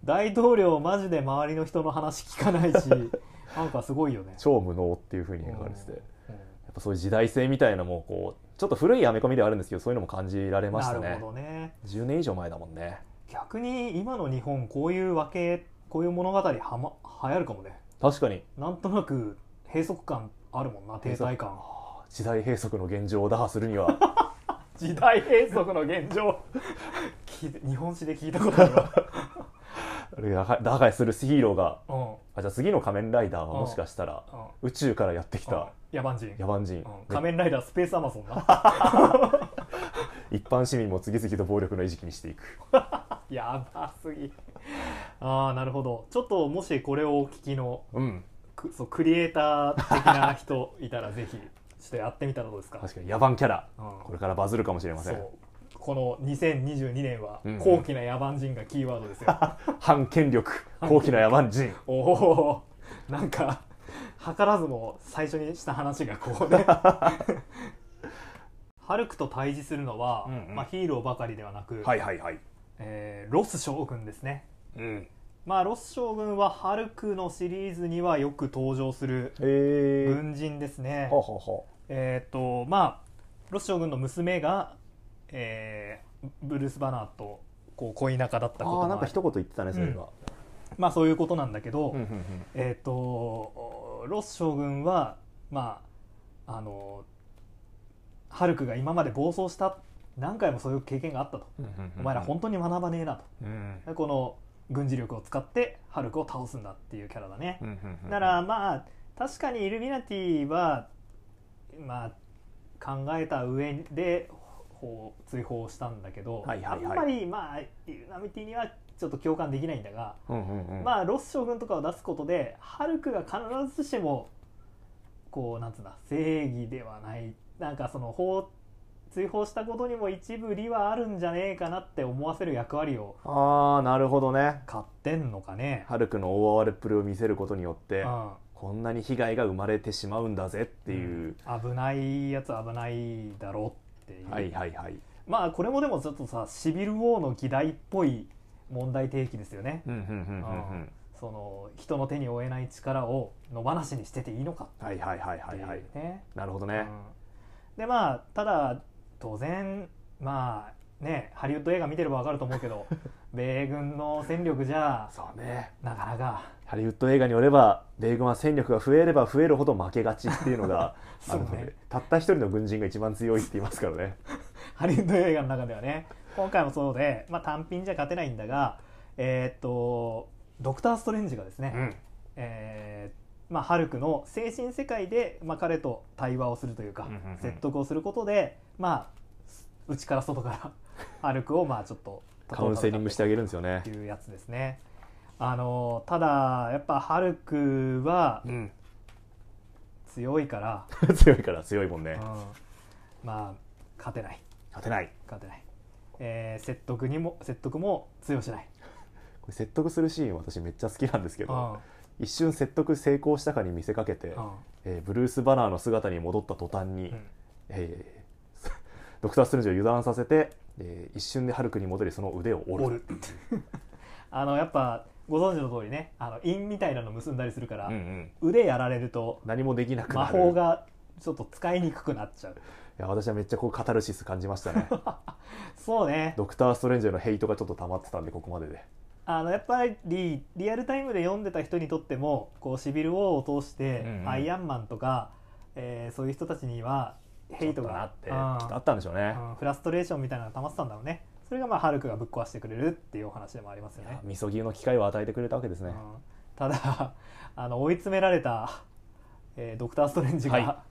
Speaker 1: 大統領マジで周りの人の話聞かない しなんかすごいよね
Speaker 2: 超無能っていうふうに描かれてて
Speaker 1: う
Speaker 2: や
Speaker 1: ん
Speaker 2: っぱそういう時代性みたいなもうこうちょっと古いアメコミではあるんですけどそういうのも感じられまし
Speaker 1: な
Speaker 2: た
Speaker 1: る
Speaker 2: ね
Speaker 1: ほどね
Speaker 2: 10年以上前だもんね
Speaker 1: 逆に今の日本こういうわけこういう物語は、ま、流行るかもね
Speaker 2: 確かに
Speaker 1: なんとなく閉塞感あるもんな停滞感
Speaker 2: 時代閉塞の現状を打破するには
Speaker 1: 時代閉塞の現状聞いて日本史で聞いたことある わ、
Speaker 2: あれ打破打破するヒーローが
Speaker 1: うん
Speaker 2: あじゃあ次の仮面ライダーはもしかしたら
Speaker 1: うん
Speaker 2: 宇宙からやってきた
Speaker 1: うん野蛮人
Speaker 2: 野蛮人
Speaker 1: うん仮面ライダースペースアマゾンな
Speaker 2: 一般市民も次々と暴力の餌食にしていく
Speaker 1: やばすぎ ああなるほどちょっともしこれをお聞きの
Speaker 2: うん
Speaker 1: くそうクリエイター的な 人いたらぜひちょっとやってみたらどうですか
Speaker 2: 確かに野蛮キャラ
Speaker 1: うん
Speaker 2: これからバズるかもしれません
Speaker 1: そうこの2022年は高貴な野蛮人がキーワードですよ、
Speaker 2: 反権力高貴な野蛮人
Speaker 1: おおーなんか図らずも最初にした話がこ うねハルクと対峙するのは、
Speaker 2: うんうん
Speaker 1: まあ、ヒーローばかりではなく、
Speaker 2: はいはいはい、
Speaker 1: えーロス将軍ですね
Speaker 2: うん、
Speaker 1: まあロス将軍はハルクのシリーズにはよく登場する
Speaker 2: え
Speaker 1: 軍人ですね、
Speaker 2: ほうほうほ
Speaker 1: えっ、とまあロス将軍の娘が、えーブルース・バナーとこう恋仲だった
Speaker 2: う
Speaker 1: ことも
Speaker 2: ああ
Speaker 1: あ
Speaker 2: なんか
Speaker 1: り
Speaker 2: 一言言ってたねそれは、
Speaker 1: まあそういうことなんだけど、
Speaker 2: うんうんうん
Speaker 1: えっ、とロス将軍はまああのハルクが今まで暴走した何回もそういう経験があったと、お前ら本当に学ばねえな
Speaker 2: うん
Speaker 1: とこの軍事力を使ってハルクを倒すんだっていうキャラだね、
Speaker 2: うんうんうん
Speaker 1: だからまあ確かにイルミナティはまあ考えた上でほう追放したんだけど、
Speaker 2: はいはいはい
Speaker 1: あんまりまあイルナミティにはちょっと共感できないんだが、
Speaker 2: うんうんうん
Speaker 1: まあロス将軍とかを出すことでハルクが必ずしもこうなんつうんだ正義ではないなんかその法追放したことにも一部理はあるんじゃねえかなって思わせる役割を
Speaker 2: ああなるほどね
Speaker 1: 買ってんのかね。
Speaker 2: ハルクの大暴れっぷりを見せることによって
Speaker 1: うん
Speaker 2: こんなに被害が生まれてしまうんだぜっていう、
Speaker 1: 危ないやつ危ないだろうっていう、
Speaker 2: はいはいはい、
Speaker 1: まあこれもでもちょっとさシビル・ウォーの議題っぽい問題提起ですよね
Speaker 2: うんうんうんうんうん
Speaker 1: その人の手に負えない力を野放しにしてていいのか
Speaker 2: はいはいはい
Speaker 1: っ
Speaker 2: は
Speaker 1: てい
Speaker 2: いう
Speaker 1: ね、
Speaker 2: はいなるほど
Speaker 1: う
Speaker 2: ね
Speaker 1: ん、でまあただ当然まあねハリウッド映画見てればわかると思うけ ど米軍の戦力じゃ
Speaker 2: そうね
Speaker 1: なかなか
Speaker 2: ハリウッド映画によれば米軍は戦力が増えれば増えるほど負けがちっていうのが あ
Speaker 1: そう
Speaker 2: るので、
Speaker 1: ね
Speaker 2: たった一人の軍人が一番強いって言いますからね
Speaker 1: ハリウッド映画の中ではね今回もそうで、まあ、単品じゃ勝てないんだがえーっとドクター・ストレンジがですね、えーまあ、ハルクの精神世界で、まあ、彼と対話をするというか、
Speaker 2: うんうんうん
Speaker 1: 説得をすることで、まあ、内から外からハルクをまあちょっと
Speaker 2: カウンセリングしてあげるんですよね
Speaker 1: っていうやつですね。あのただやっぱハルクは
Speaker 2: うん
Speaker 1: 強いから、
Speaker 2: 強いから強いもん
Speaker 1: う
Speaker 2: ね
Speaker 1: んまあ勝てない
Speaker 2: 勝てない
Speaker 1: 勝てない、えー説得にも説得も通用しない、
Speaker 2: これ説得するシーン私めっちゃ好きなんですけ
Speaker 1: うん
Speaker 2: ど、一瞬説得成功したかに見せかけて、
Speaker 1: うん
Speaker 2: えーブルース・バナーの姿に戻った途端に、
Speaker 1: うん
Speaker 2: えー ドクター・ストレンジを油断させて、えー一瞬でハルクに戻りその腕を折る
Speaker 1: 折る あのやっぱご存知の通りねあの陰みたいなの結んだりするから、
Speaker 2: うんうん
Speaker 1: 腕やられると
Speaker 2: 何もできなくなる
Speaker 1: 魔法がちょっと使いにくくなっちゃう
Speaker 2: いや私はめっちゃこうカタルシス感じましたね
Speaker 1: そうね
Speaker 2: ドクター・ストレンジへのヘイトがちょっと溜まってたんでここまでで
Speaker 1: あのやっぱりリアルタイムで読んでた人にとってもこうシビル・ウォーを通して、
Speaker 2: うんうん
Speaker 1: アイアンマンとか、えーそういう人たちにはヘイトが
Speaker 2: あって
Speaker 1: うん
Speaker 2: きっとあったんでしょうね、
Speaker 1: うんフラストレーションみたいなのが溜まってたんだろうねそれがまあハルクがぶっ壊してくれるっていうお話でもありますよね、
Speaker 2: みそぎの機会を与えてくれたわけです
Speaker 1: うん
Speaker 2: ね、
Speaker 1: ただ あの追い詰められた、えードクター・ストレンジが、
Speaker 2: は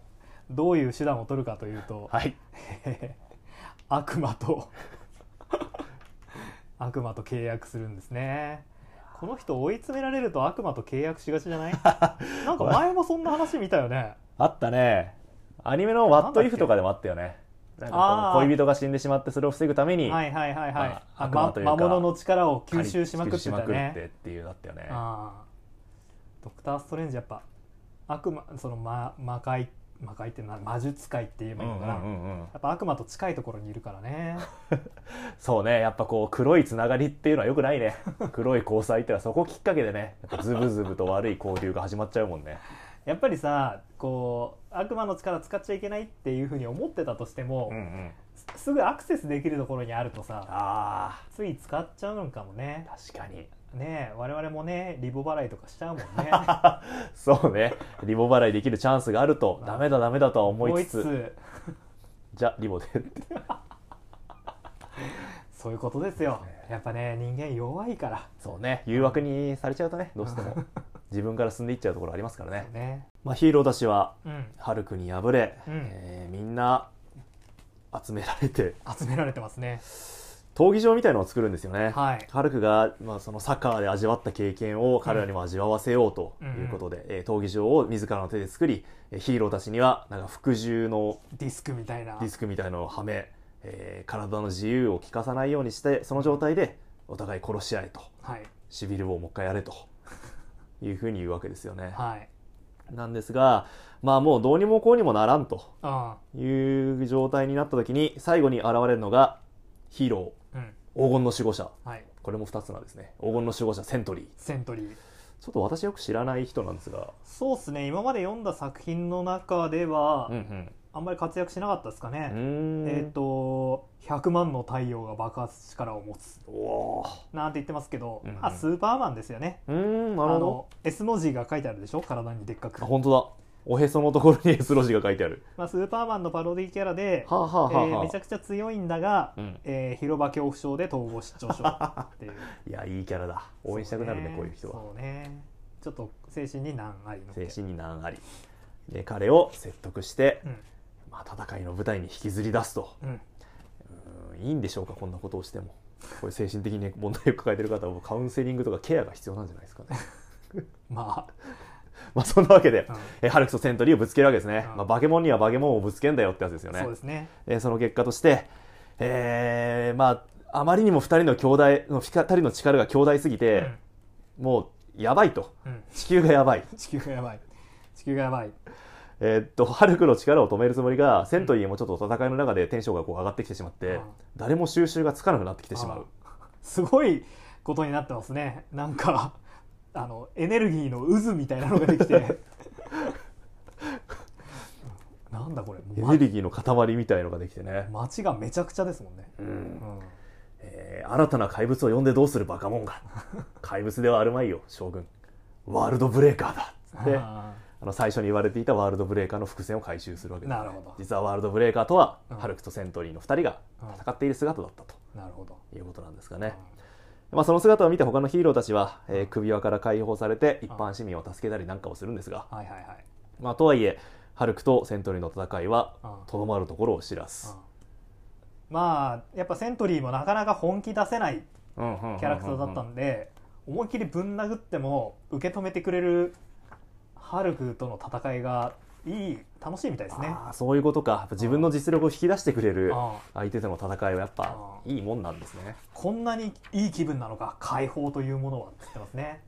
Speaker 1: どういう手段を取るかというと、
Speaker 2: はい
Speaker 1: 悪魔と悪魔と契約するんですねこの人追い詰められると悪魔と契約しがちじゃ ないなんか前もそんな話見たよね
Speaker 2: あったねアニメの「ワット・イフ」とかでもあったよねなんかこ
Speaker 1: あ
Speaker 2: の
Speaker 1: ー
Speaker 2: 恋人が死んでしまってそれを防ぐために、
Speaker 1: はいはいはいはい、
Speaker 2: まあ
Speaker 1: あ
Speaker 2: 悪魔
Speaker 1: ま
Speaker 2: というか
Speaker 1: 魔物の力を
Speaker 2: 借
Speaker 1: 吸
Speaker 2: り
Speaker 1: 収しまくって
Speaker 2: 吸収
Speaker 1: た
Speaker 2: しまくって
Speaker 1: ね
Speaker 2: っていうだったよね
Speaker 1: あードクター・ストレンジやっぱ悪魔その魔魔界魔界ってな魔術界って言えばいいのかな、
Speaker 2: うんうんうんうん
Speaker 1: やっぱ悪魔と近いところにいるからね
Speaker 2: そうねやっぱこう黒いつながりっていうのはよくないね 黒い交際ってのはそこきっかけでねやっぱズブズブと悪い交流が始まっちゃうもんね
Speaker 1: やっぱりさこう悪魔の力使っちゃいけないっていうふうに思ってたとしても、
Speaker 2: うんうん
Speaker 1: すすぐアクセスできるところにあるとさ
Speaker 2: あ
Speaker 1: つい使っちゃうんかもね
Speaker 2: ー確かに
Speaker 1: ねえ我々もねリボ払いとかしちゃうもんね
Speaker 2: そうねリボ払いできるチャンスがあるとダメだダメだとは思いつつ
Speaker 1: もう
Speaker 2: じゃあリボで
Speaker 1: そういうことですよやっぱね人間弱いから
Speaker 2: そうね誘惑にされちゃうとねどうしても 自分から進んでいっちゃうところありますからね、
Speaker 1: ね
Speaker 2: まあ、ヒーローたちは
Speaker 1: うん
Speaker 2: ハルクに敗れ、
Speaker 1: うん
Speaker 2: えーみんな集められて
Speaker 1: 集められてますね
Speaker 2: 闘技場みたいのを作るんですよね、
Speaker 1: はい
Speaker 2: ハルクが、まあ、そのサッカーで味わった経験を彼らにも味わわせようということで、えー闘技場を自らの手で作りえーヒーローたちにはなんか服従の
Speaker 1: ディスクみたいな
Speaker 2: ディスクみたいのをはめ、えー体の自由を利かさないようにしてその状態でお互い殺し合えと
Speaker 1: はい
Speaker 2: シビル王をもう一回 やれというふうに言うわけですよね。
Speaker 1: はい
Speaker 2: なんですがまあもうどうにもこうにもならんと
Speaker 1: あ
Speaker 2: いう状態になった時に最後に現れるのがヒーロ
Speaker 1: あうん
Speaker 2: ー黄金の守護者
Speaker 1: はい
Speaker 2: これも2つなんですね黄金の守護者セントリー
Speaker 1: セントリー
Speaker 2: ちょっと私よく知らない人なんですが、
Speaker 1: そうですね今まで読んだ作品の中では、
Speaker 2: うん
Speaker 1: あんまり活躍しなかったですか
Speaker 2: う
Speaker 1: ね、
Speaker 2: ん、うーん
Speaker 1: えっ、と「100万の太陽が爆発す力を持つ
Speaker 2: おー」
Speaker 1: なんて言ってますけど、
Speaker 2: うんうん
Speaker 1: あスーパーマンですよね
Speaker 2: うーんなるほ
Speaker 1: あ
Speaker 2: ど
Speaker 1: の S の字が書いてあるでしょ体にでっかく
Speaker 2: あ、本当だおへそのところに S ロジが書いてある
Speaker 1: まあ、スーパーマンのパロディキャラで、
Speaker 2: はあ、はあはあ
Speaker 1: えー
Speaker 2: はあ
Speaker 1: めちゃくちゃ強いんだが、
Speaker 2: うん、
Speaker 1: えー広場恐怖症で統合失調症っていう
Speaker 2: いやいいキャラだ 応援したくなるね
Speaker 1: そ
Speaker 2: こういう人は
Speaker 1: そうねちょっと精神に難ありの
Speaker 2: 精神に難ありで彼を説得して、
Speaker 1: うん
Speaker 2: まあ、戦いの舞台に引きずり出すと
Speaker 1: うん
Speaker 2: うんいいんでしょうかこんなことをしてもこれ精神的に問題を抱えてる方はもうカウンセリングとかケアが必要なんじゃないですかね
Speaker 1: ま
Speaker 2: まあそんなわけで
Speaker 1: あ、うん
Speaker 2: えハルクとセントリーをぶつけるわけですね、
Speaker 1: うん
Speaker 2: まあ、バケモンにはバケモンをぶつけんだよってやつですよね
Speaker 1: そうですね
Speaker 2: えーその結果として、えーまあ、あまりにも2人の兄弟の二人の力が兄弟すぎて、もうやばいと
Speaker 1: うんうん
Speaker 2: 地球がやばい、
Speaker 1: 地球がやばい地球がやばい
Speaker 2: えーっとハルクの力を止めるつもりがセントリーもちょっと戦いの中でテンションがこう上がってきてしまって、
Speaker 1: うん
Speaker 2: 誰も収集がつかなくなってきてしまう
Speaker 1: すごいことになってますねなんかあのエネルギーの渦みたいなのができて なんだこれ
Speaker 2: エ
Speaker 1: も
Speaker 2: ネ
Speaker 1: う
Speaker 2: ルギーの塊みたいのができてね、
Speaker 1: ま街がめちゃくちゃですもんね、
Speaker 2: うん
Speaker 1: うん
Speaker 2: えー新たな怪物を呼んでどうするバカモン が怪物ではあるまいよ将軍ワールドブレーカーだっつって
Speaker 1: あ
Speaker 2: あの最初に言われていたワールドブレーカーの伏線を回収するわけ
Speaker 1: ー
Speaker 2: です
Speaker 1: なるほど
Speaker 2: 実はワールドブレーカーとは、
Speaker 1: うん
Speaker 2: ハルクとセントリーの2人が戦っている姿だったと
Speaker 1: なるほど、
Speaker 2: いうことなんですかね、まあ、その姿を見て他のヒーローたちは、えー首輪から解放されて一般市民を助けたりなんかをするんですが、
Speaker 1: うんはいはいはい
Speaker 2: まあ、とはいえハルクとセントリーの戦いは
Speaker 1: うん
Speaker 2: とどまるところを知らす
Speaker 1: うん、まあやっぱセントリーもなかなか本気出せない
Speaker 2: キャ
Speaker 1: キャラクターだったんで思いっきりぶん殴っても受け止めてくれるハルクとの戦いがいい楽しいみたいですね
Speaker 2: あーそういうことかやっぱ自分の実力を引き出してくれ
Speaker 1: う
Speaker 2: る
Speaker 1: ん
Speaker 2: 相手との戦いはやっぱ
Speaker 1: う
Speaker 2: いいもんなんですね
Speaker 1: こんなにいい気分なのか解放というものはって言ってますね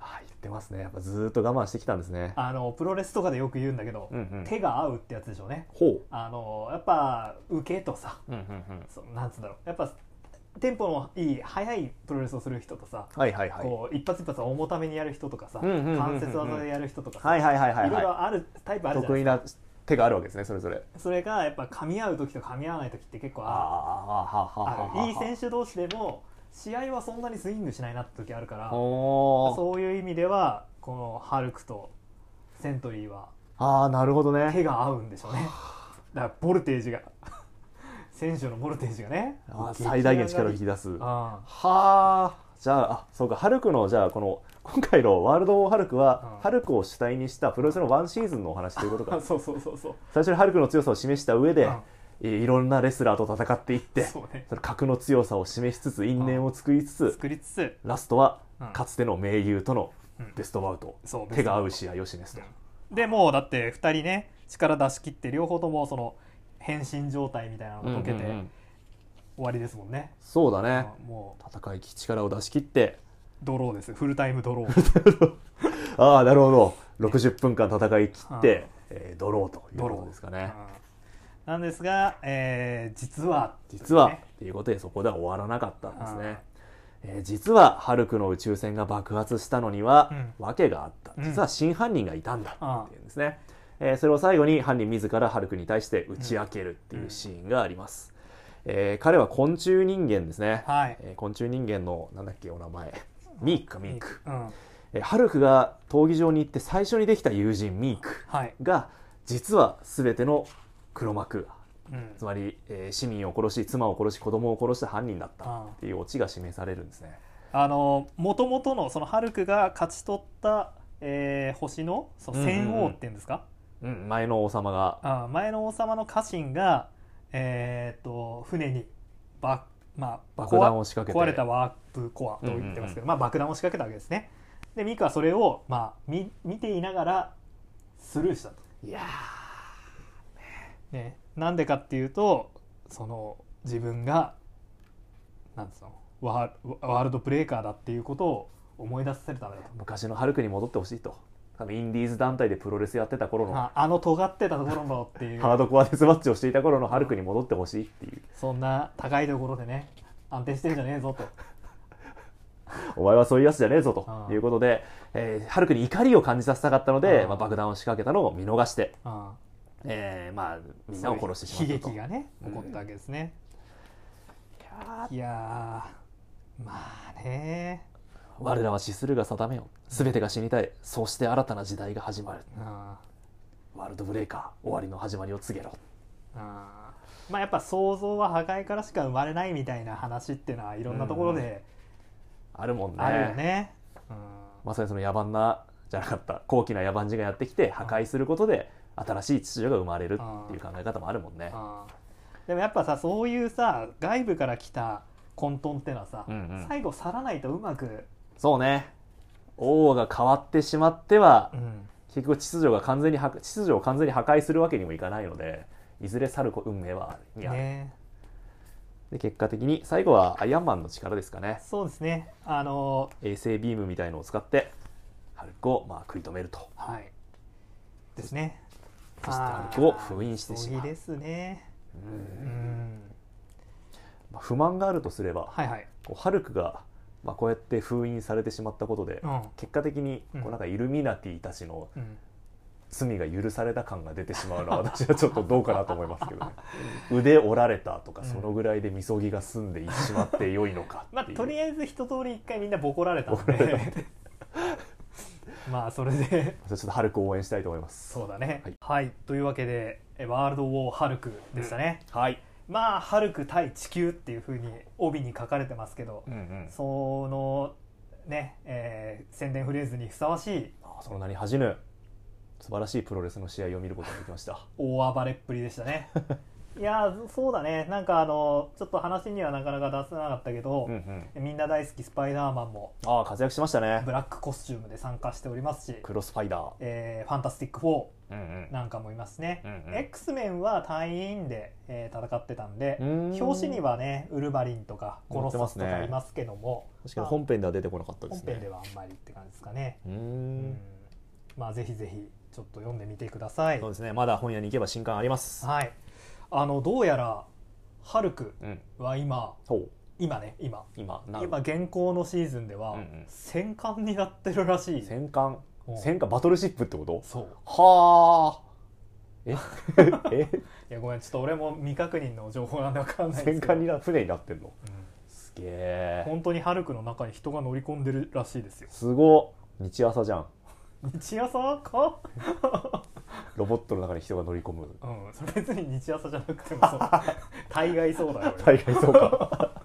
Speaker 2: あー言ってますねやっぱずーっと我慢してきたんですね
Speaker 1: あのプロレスとかでよく言うんだけど、
Speaker 2: うんうん
Speaker 1: 手が合うってやつでしょうね
Speaker 2: ほ
Speaker 1: あのやっぱ受けとさ
Speaker 2: う,、うんうんうん、
Speaker 1: そのなんつうんだろうやっぱテンポのいい速いプロレスをする人とさ、
Speaker 2: はいはいはい
Speaker 1: こう一発一発重ためにやる人とかさ、
Speaker 2: うんうんうんうんうん
Speaker 1: 関節技でやる人とかさ、
Speaker 2: はいはいはいはいい
Speaker 1: ろい
Speaker 2: はい
Speaker 1: ろあるタイプあるじゃな
Speaker 2: 得
Speaker 1: い
Speaker 2: 意な手があるわけですねそれぞれ
Speaker 1: それがやっぱ噛み合う時と噛み合わない時って結構
Speaker 2: あ
Speaker 1: あ
Speaker 2: あは
Speaker 1: あるいい選
Speaker 2: 手
Speaker 1: 手同士でも試合はそんなにスイングしないなって時あるから
Speaker 2: おー
Speaker 1: そういう意味ではこのハルクとセントリーは
Speaker 2: ああなるほどね
Speaker 1: 手が合うんでしょうねだからボルテージが選手のボルテージがね
Speaker 2: あー最大限力を引き出すは
Speaker 1: あ
Speaker 2: あじゃああそうかハルクのじゃあこの今回のワールド・オブ・ハルクは、
Speaker 1: うん
Speaker 2: ハルクを主体にしたプロレスのワンシーズンのお話ということ
Speaker 1: あ
Speaker 2: か
Speaker 1: そうそうそうそう
Speaker 2: 最初にハルクの強さを示した上で
Speaker 1: うん、
Speaker 2: いいろんなレスラーと戦っていって
Speaker 1: そうね
Speaker 2: その格の強さを示しつつ因縁を作りつつ、
Speaker 1: 作りつつ
Speaker 2: ラストは、
Speaker 1: うん
Speaker 2: かつての盟友との
Speaker 1: うん
Speaker 2: ベストバウト、
Speaker 1: そう
Speaker 2: 手が合う試合を示すと、
Speaker 1: でもうだって2人ね力出し切って両方ともその変身状態みたいなのが解けて
Speaker 2: うんうんう
Speaker 1: 終
Speaker 2: ん
Speaker 1: わりですもんね、
Speaker 2: そうだね、
Speaker 1: あもう
Speaker 2: 戦いき力を出し切って
Speaker 1: ドローですフルタイムドロー
Speaker 2: ああなるほど60分間戦い切って、
Speaker 1: うん
Speaker 2: えードローという
Speaker 1: ド
Speaker 2: こ
Speaker 1: ロ
Speaker 2: と
Speaker 1: ー
Speaker 2: ですかね、
Speaker 1: うんなんですが、えー実は
Speaker 2: 実は、
Speaker 1: ね
Speaker 2: っていうことでそこでは終わらなかったんです
Speaker 1: うん
Speaker 2: ね、えー実はハルクの宇宙船が爆発したのには、
Speaker 1: うん
Speaker 2: 訳があった
Speaker 1: うん
Speaker 2: 実は真犯人がいたんだっていうんですね、えーそれを最後に犯人自らハルクに対して打ち明けるっていうシーンがあります、えー彼は昆虫人間ですね、
Speaker 1: はい
Speaker 2: えー昆虫人間のなんだっけお名前ミークかミーク、
Speaker 1: うん
Speaker 2: えーハルクが闘技場に行って最初にできた友人ミーク
Speaker 1: はい、
Speaker 2: が実は全ての黒幕
Speaker 1: うん
Speaker 2: つまり、えー市民を殺し妻を殺し子供を殺した犯人だった
Speaker 1: ああ
Speaker 2: っていうオチが示されるんですね。
Speaker 1: あの元々のそのハルクが勝ち取った、えー星のその
Speaker 2: う
Speaker 1: 戦
Speaker 2: んうんう
Speaker 1: 王
Speaker 2: ん
Speaker 1: っていうんですか、
Speaker 2: うん、前の王様が
Speaker 1: あ前の王様の家臣が、えー、と船にば、まあ、
Speaker 2: 爆弾を仕掛けて
Speaker 1: 壊れたワープコアと言ってますけど、まあ、爆弾を仕掛けたわけですねでミクはそれを、まあ、み見ていながらスルーしたと
Speaker 2: いや
Speaker 1: ね、なんでかっていうとその自分がなんつうのワーワールドブレーカーだっていうことを思い出させるためだと
Speaker 2: 昔のハルクに戻ってほしいとあのインディーズ団体でプロレスやってた頃の
Speaker 1: ああの尖ってたところのっていう
Speaker 2: ハードコアデスマッチをしていた頃のハルクに戻ってほしいっていう
Speaker 1: そんな高いところでね安定してるんじゃねえ ぞと
Speaker 2: お前はそういうやつじゃねえぞ
Speaker 1: あ
Speaker 2: と
Speaker 1: あ
Speaker 2: いうことで、えー、ハルクに怒りを感じさせたかったので
Speaker 1: ああ
Speaker 2: まあ、爆弾を仕掛けたのを見逃して、
Speaker 1: うん
Speaker 2: えーまあ、みんなを殺してしま
Speaker 1: 悲
Speaker 2: ったと
Speaker 1: 劇がね起こったわけですね、いやーまあね
Speaker 2: 我らは死するが定めよ全てが死にたいそうして新たな時代が始まる
Speaker 1: うん
Speaker 2: ワールドブレイカー終わりの始まりを告げろ
Speaker 1: あーまあやっぱ想像は破壊からしか生まれないみたいな話っていうのはいろんなところで
Speaker 2: あるもんね
Speaker 1: あるよね。うん
Speaker 2: まさにその野蛮なじゃなかった高貴な野蛮人がやってきて破壊することで新しい秩序が生まれるっていう考え方もあるもんね。
Speaker 1: あーでもやっぱさそういうさ外部から来た混沌ってのはさ、
Speaker 2: うんうん
Speaker 1: 最後去らないとうまく、
Speaker 2: そうね王が変わってしまっては
Speaker 1: うん
Speaker 2: 結局秩序が完全に破秩序を完全に破壊するわけにもいかないのでいずれ去る運命はあるにある、
Speaker 1: ね、
Speaker 2: で結果的に最後はアイアンマンの力ですかね
Speaker 1: そうですねあの
Speaker 2: 衛星ビームみたいのを使ってハルクをまあ食い止めると
Speaker 1: はいですね。
Speaker 2: そしてハルクを封印してしまう
Speaker 1: あーそうですね。
Speaker 2: うん
Speaker 1: うん
Speaker 2: まあ不満があるとすれば
Speaker 1: はいはい。
Speaker 2: こうハルクがまあこうやって封印されてしまったことで
Speaker 1: うん
Speaker 2: 結果的に
Speaker 1: う
Speaker 2: こうんなんかイルミナティたちの
Speaker 1: うん
Speaker 2: 罪が許された感が出てしま うのは私はちょっとどうかなと思います けどね腕折られたとか
Speaker 1: うん
Speaker 2: そのぐらいでみそぎが済んでしまって良いのか
Speaker 1: まあ
Speaker 2: っていう
Speaker 1: とりあえず一通り一回みんなボコられたん
Speaker 2: ボコられたん
Speaker 1: でまあそれで
Speaker 2: ちょっとハルクを応援したいと思います
Speaker 1: そうだね
Speaker 2: は
Speaker 1: はいい、というわけでえワールド・ウォー・ハルクでしたね、
Speaker 2: はい、
Speaker 1: まあハルク対地球っていうふうに帯に書かれてますけど、
Speaker 2: うんうん、
Speaker 1: そのね、えー宣伝フレーズにふさわしい
Speaker 2: あその名に恥じぬ素晴らしいプロレスの試合を見ることができました
Speaker 1: 大暴れっぷりでした ねいやーそうだねなんかあのちょっと話にはなかなか出せなかったけど、
Speaker 2: うんうん
Speaker 1: みんな大好きスパイダーマンも
Speaker 2: ああ活躍しましたね
Speaker 1: ブラックコスチュームで参加しておりますし、
Speaker 2: クロスファイダー
Speaker 1: えーファンタスティック4
Speaker 2: うんうん
Speaker 1: なんかもいますね、
Speaker 2: うんうん
Speaker 1: X メンは隊員で、えー戦ってたんで
Speaker 2: うーん
Speaker 1: 表紙にはねウルヴァリンとかコロッサスと
Speaker 2: 載っ
Speaker 1: か
Speaker 2: てますね
Speaker 1: いますけども、
Speaker 2: 確かに
Speaker 1: まあ
Speaker 2: 本編では出てこなかったで
Speaker 1: 本
Speaker 2: すね
Speaker 1: 編ではあんまりって感じですかね、
Speaker 2: うー
Speaker 1: うん
Speaker 2: ん
Speaker 1: まあぜひぜひちょっと読んでみてください
Speaker 2: そうですねまだ本屋に行けば新刊あります
Speaker 1: はいあのどうやらハルク
Speaker 2: うん
Speaker 1: は今
Speaker 2: そう
Speaker 1: 今ね今
Speaker 2: 今な
Speaker 1: 今現行のシーズンで
Speaker 2: うん
Speaker 1: は
Speaker 2: うん
Speaker 1: 戦艦になってるらしい、
Speaker 2: 戦艦
Speaker 1: うん
Speaker 2: 戦艦バトルシップってこと
Speaker 1: そう
Speaker 2: はあえ え
Speaker 1: いやごめんちょっと俺も未確認の情報なんでわかんないです
Speaker 2: 戦
Speaker 1: けど
Speaker 2: 艦にな船になってんの
Speaker 1: うん
Speaker 2: すげえ
Speaker 1: 本当にハルクの中に人が乗り込んでるらしいですよ
Speaker 2: すごっ日朝じゃん
Speaker 1: 日朝か
Speaker 2: ロボットの中に人が乗り込む
Speaker 1: うんそれ別に日朝じゃなくてもそう 大概そう だよ
Speaker 2: 大概そうか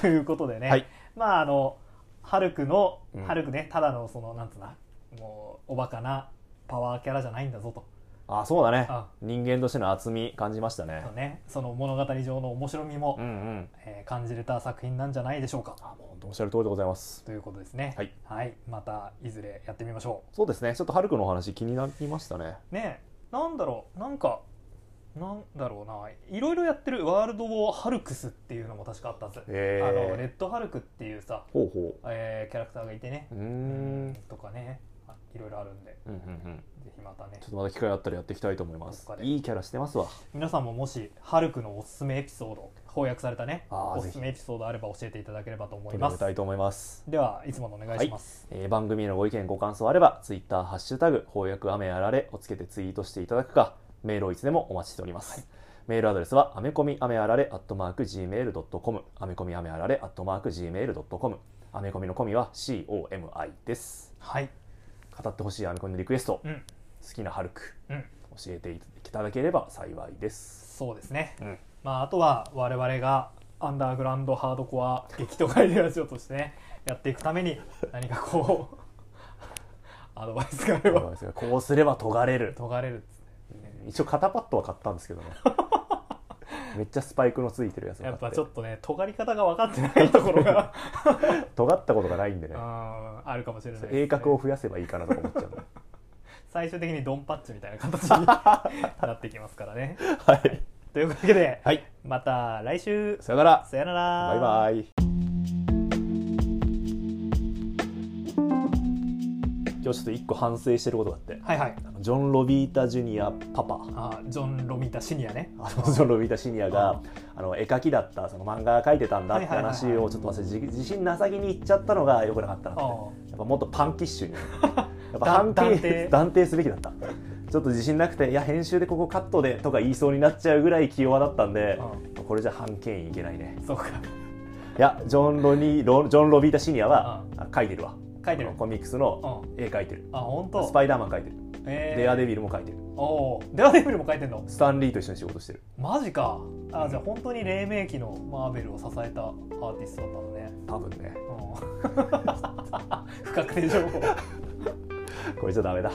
Speaker 1: ということでね、
Speaker 2: はい
Speaker 1: まああのハルクの、
Speaker 2: うん
Speaker 1: ハルクねただのそのなんつうなもうおバカなパワーキャラじゃないんだぞと
Speaker 2: あそうだね
Speaker 1: あ
Speaker 2: 人間としての厚み感じましたね
Speaker 1: そのねその物語上の面白みも、
Speaker 2: うんうん
Speaker 1: えー感じれた作品なんじゃないでしょうか
Speaker 2: あもう本当おっしゃる通りでございます
Speaker 1: ということですね
Speaker 2: はい、
Speaker 1: またいずれやってみましょ
Speaker 2: そうですねちょっとハルクのお話気になりましたね
Speaker 1: うねえなんだろうなんかなんだろうないろいろやってるワールド・ウォー・ハルクスっていうのも確かあったはず、
Speaker 2: へえ
Speaker 1: あのレッド・ハルクっていうさ、
Speaker 2: ほうほ
Speaker 1: えーキャラクターがいてね
Speaker 2: ううーん
Speaker 1: とかねあいろいろあるんで
Speaker 2: うんうんうん
Speaker 1: ぜひまたね
Speaker 2: ちょっとまだ機会あったらやっていきたいと思います
Speaker 1: どっかで
Speaker 2: いいキャラしてますわ
Speaker 1: 皆さんももしハルクのおすすめエピソード翻訳されたね
Speaker 2: あー
Speaker 1: おすすめエピソードあれば教えていただければと思い
Speaker 2: 取り
Speaker 1: ま
Speaker 2: 上げ
Speaker 1: す
Speaker 2: たいと思います
Speaker 1: ではいつものお願いします、
Speaker 2: えー番組へのご意見ご感想あればツイッターハッシュタグ翻訳雨あられをつけてツイートしていただくかメールをいつでもお待ちしております、メールアドレスはアメコミアメあられアットマーク Gmail.com アメコミアメあられアットマーク Gmail.com アメコミのコミは COMI です
Speaker 1: はい
Speaker 2: 語ってほしいアメコミのリクエスト、
Speaker 1: う
Speaker 2: 好
Speaker 1: ん
Speaker 2: きなハルク
Speaker 1: うん
Speaker 2: 教えていただければ幸いです、
Speaker 1: そうですね
Speaker 2: うん、
Speaker 1: まあ、あとは我々がアンダーグラウンドハードコア激闘会ラジオとしてねやっていくために何かこう アドバイスがあれば
Speaker 2: こうすればとがれる
Speaker 1: 尖れるっつって
Speaker 2: 一応肩パッドは買ったんですけ どねめっちゃスパイクのついてるやつを買
Speaker 1: や
Speaker 2: っ
Speaker 1: ってぱちょっとね尖り方が分かってないところ が
Speaker 2: 尖ったことがないんでね
Speaker 1: うんあるかもしれないですね
Speaker 2: 鋭角を増やせばいいかなとか思っちゃうんだ
Speaker 1: 最終的にドンパッチみたいな形になってきますからね
Speaker 2: はい
Speaker 1: というわけで、
Speaker 2: はい
Speaker 1: また来週
Speaker 2: さよなら
Speaker 1: さよなら
Speaker 2: バイバイ今日ちょっと一個反省してることがあって
Speaker 1: はいはい
Speaker 2: あのジョン・ロビータ・ジュニアパパ
Speaker 1: あジョン・ロミータシニアね
Speaker 2: あのジョン・ロビータ・シニアがあの絵描きだったその漫画描いてたんだって
Speaker 1: はいはいはい
Speaker 2: 話をちょっと忘れて自自信なさげに言っちゃったのが良くなかったなって
Speaker 1: あ
Speaker 2: やっぱもっとパンキッ シュにやっぱ
Speaker 1: だ
Speaker 2: 判
Speaker 1: 断
Speaker 2: 定
Speaker 1: 定
Speaker 2: 断定すべきだったちょっと自信なくて「いや編集でここカットで」とか言いそうになっちゃうぐらい気弱だったんでこれじゃ判権威いけないね
Speaker 1: そうか
Speaker 2: いやジョン・ロニロジョン・ロビータ・シニアは
Speaker 1: う
Speaker 2: あ描いてるわ
Speaker 1: 書いてる
Speaker 2: あのコミックスの
Speaker 1: うん
Speaker 2: 絵描いてる
Speaker 1: あ本当
Speaker 2: スパイダーマン描いてる
Speaker 1: えー
Speaker 2: デアデビルも描いてる
Speaker 1: おーデアデビルも書いてんの
Speaker 2: スタンリーと一緒に仕事してる
Speaker 1: マジかあじゃあ本当に黎明期のマーベルを支えたアーティストだったのね
Speaker 2: 多分ね
Speaker 1: うん不確定情報
Speaker 2: これじゃダメだ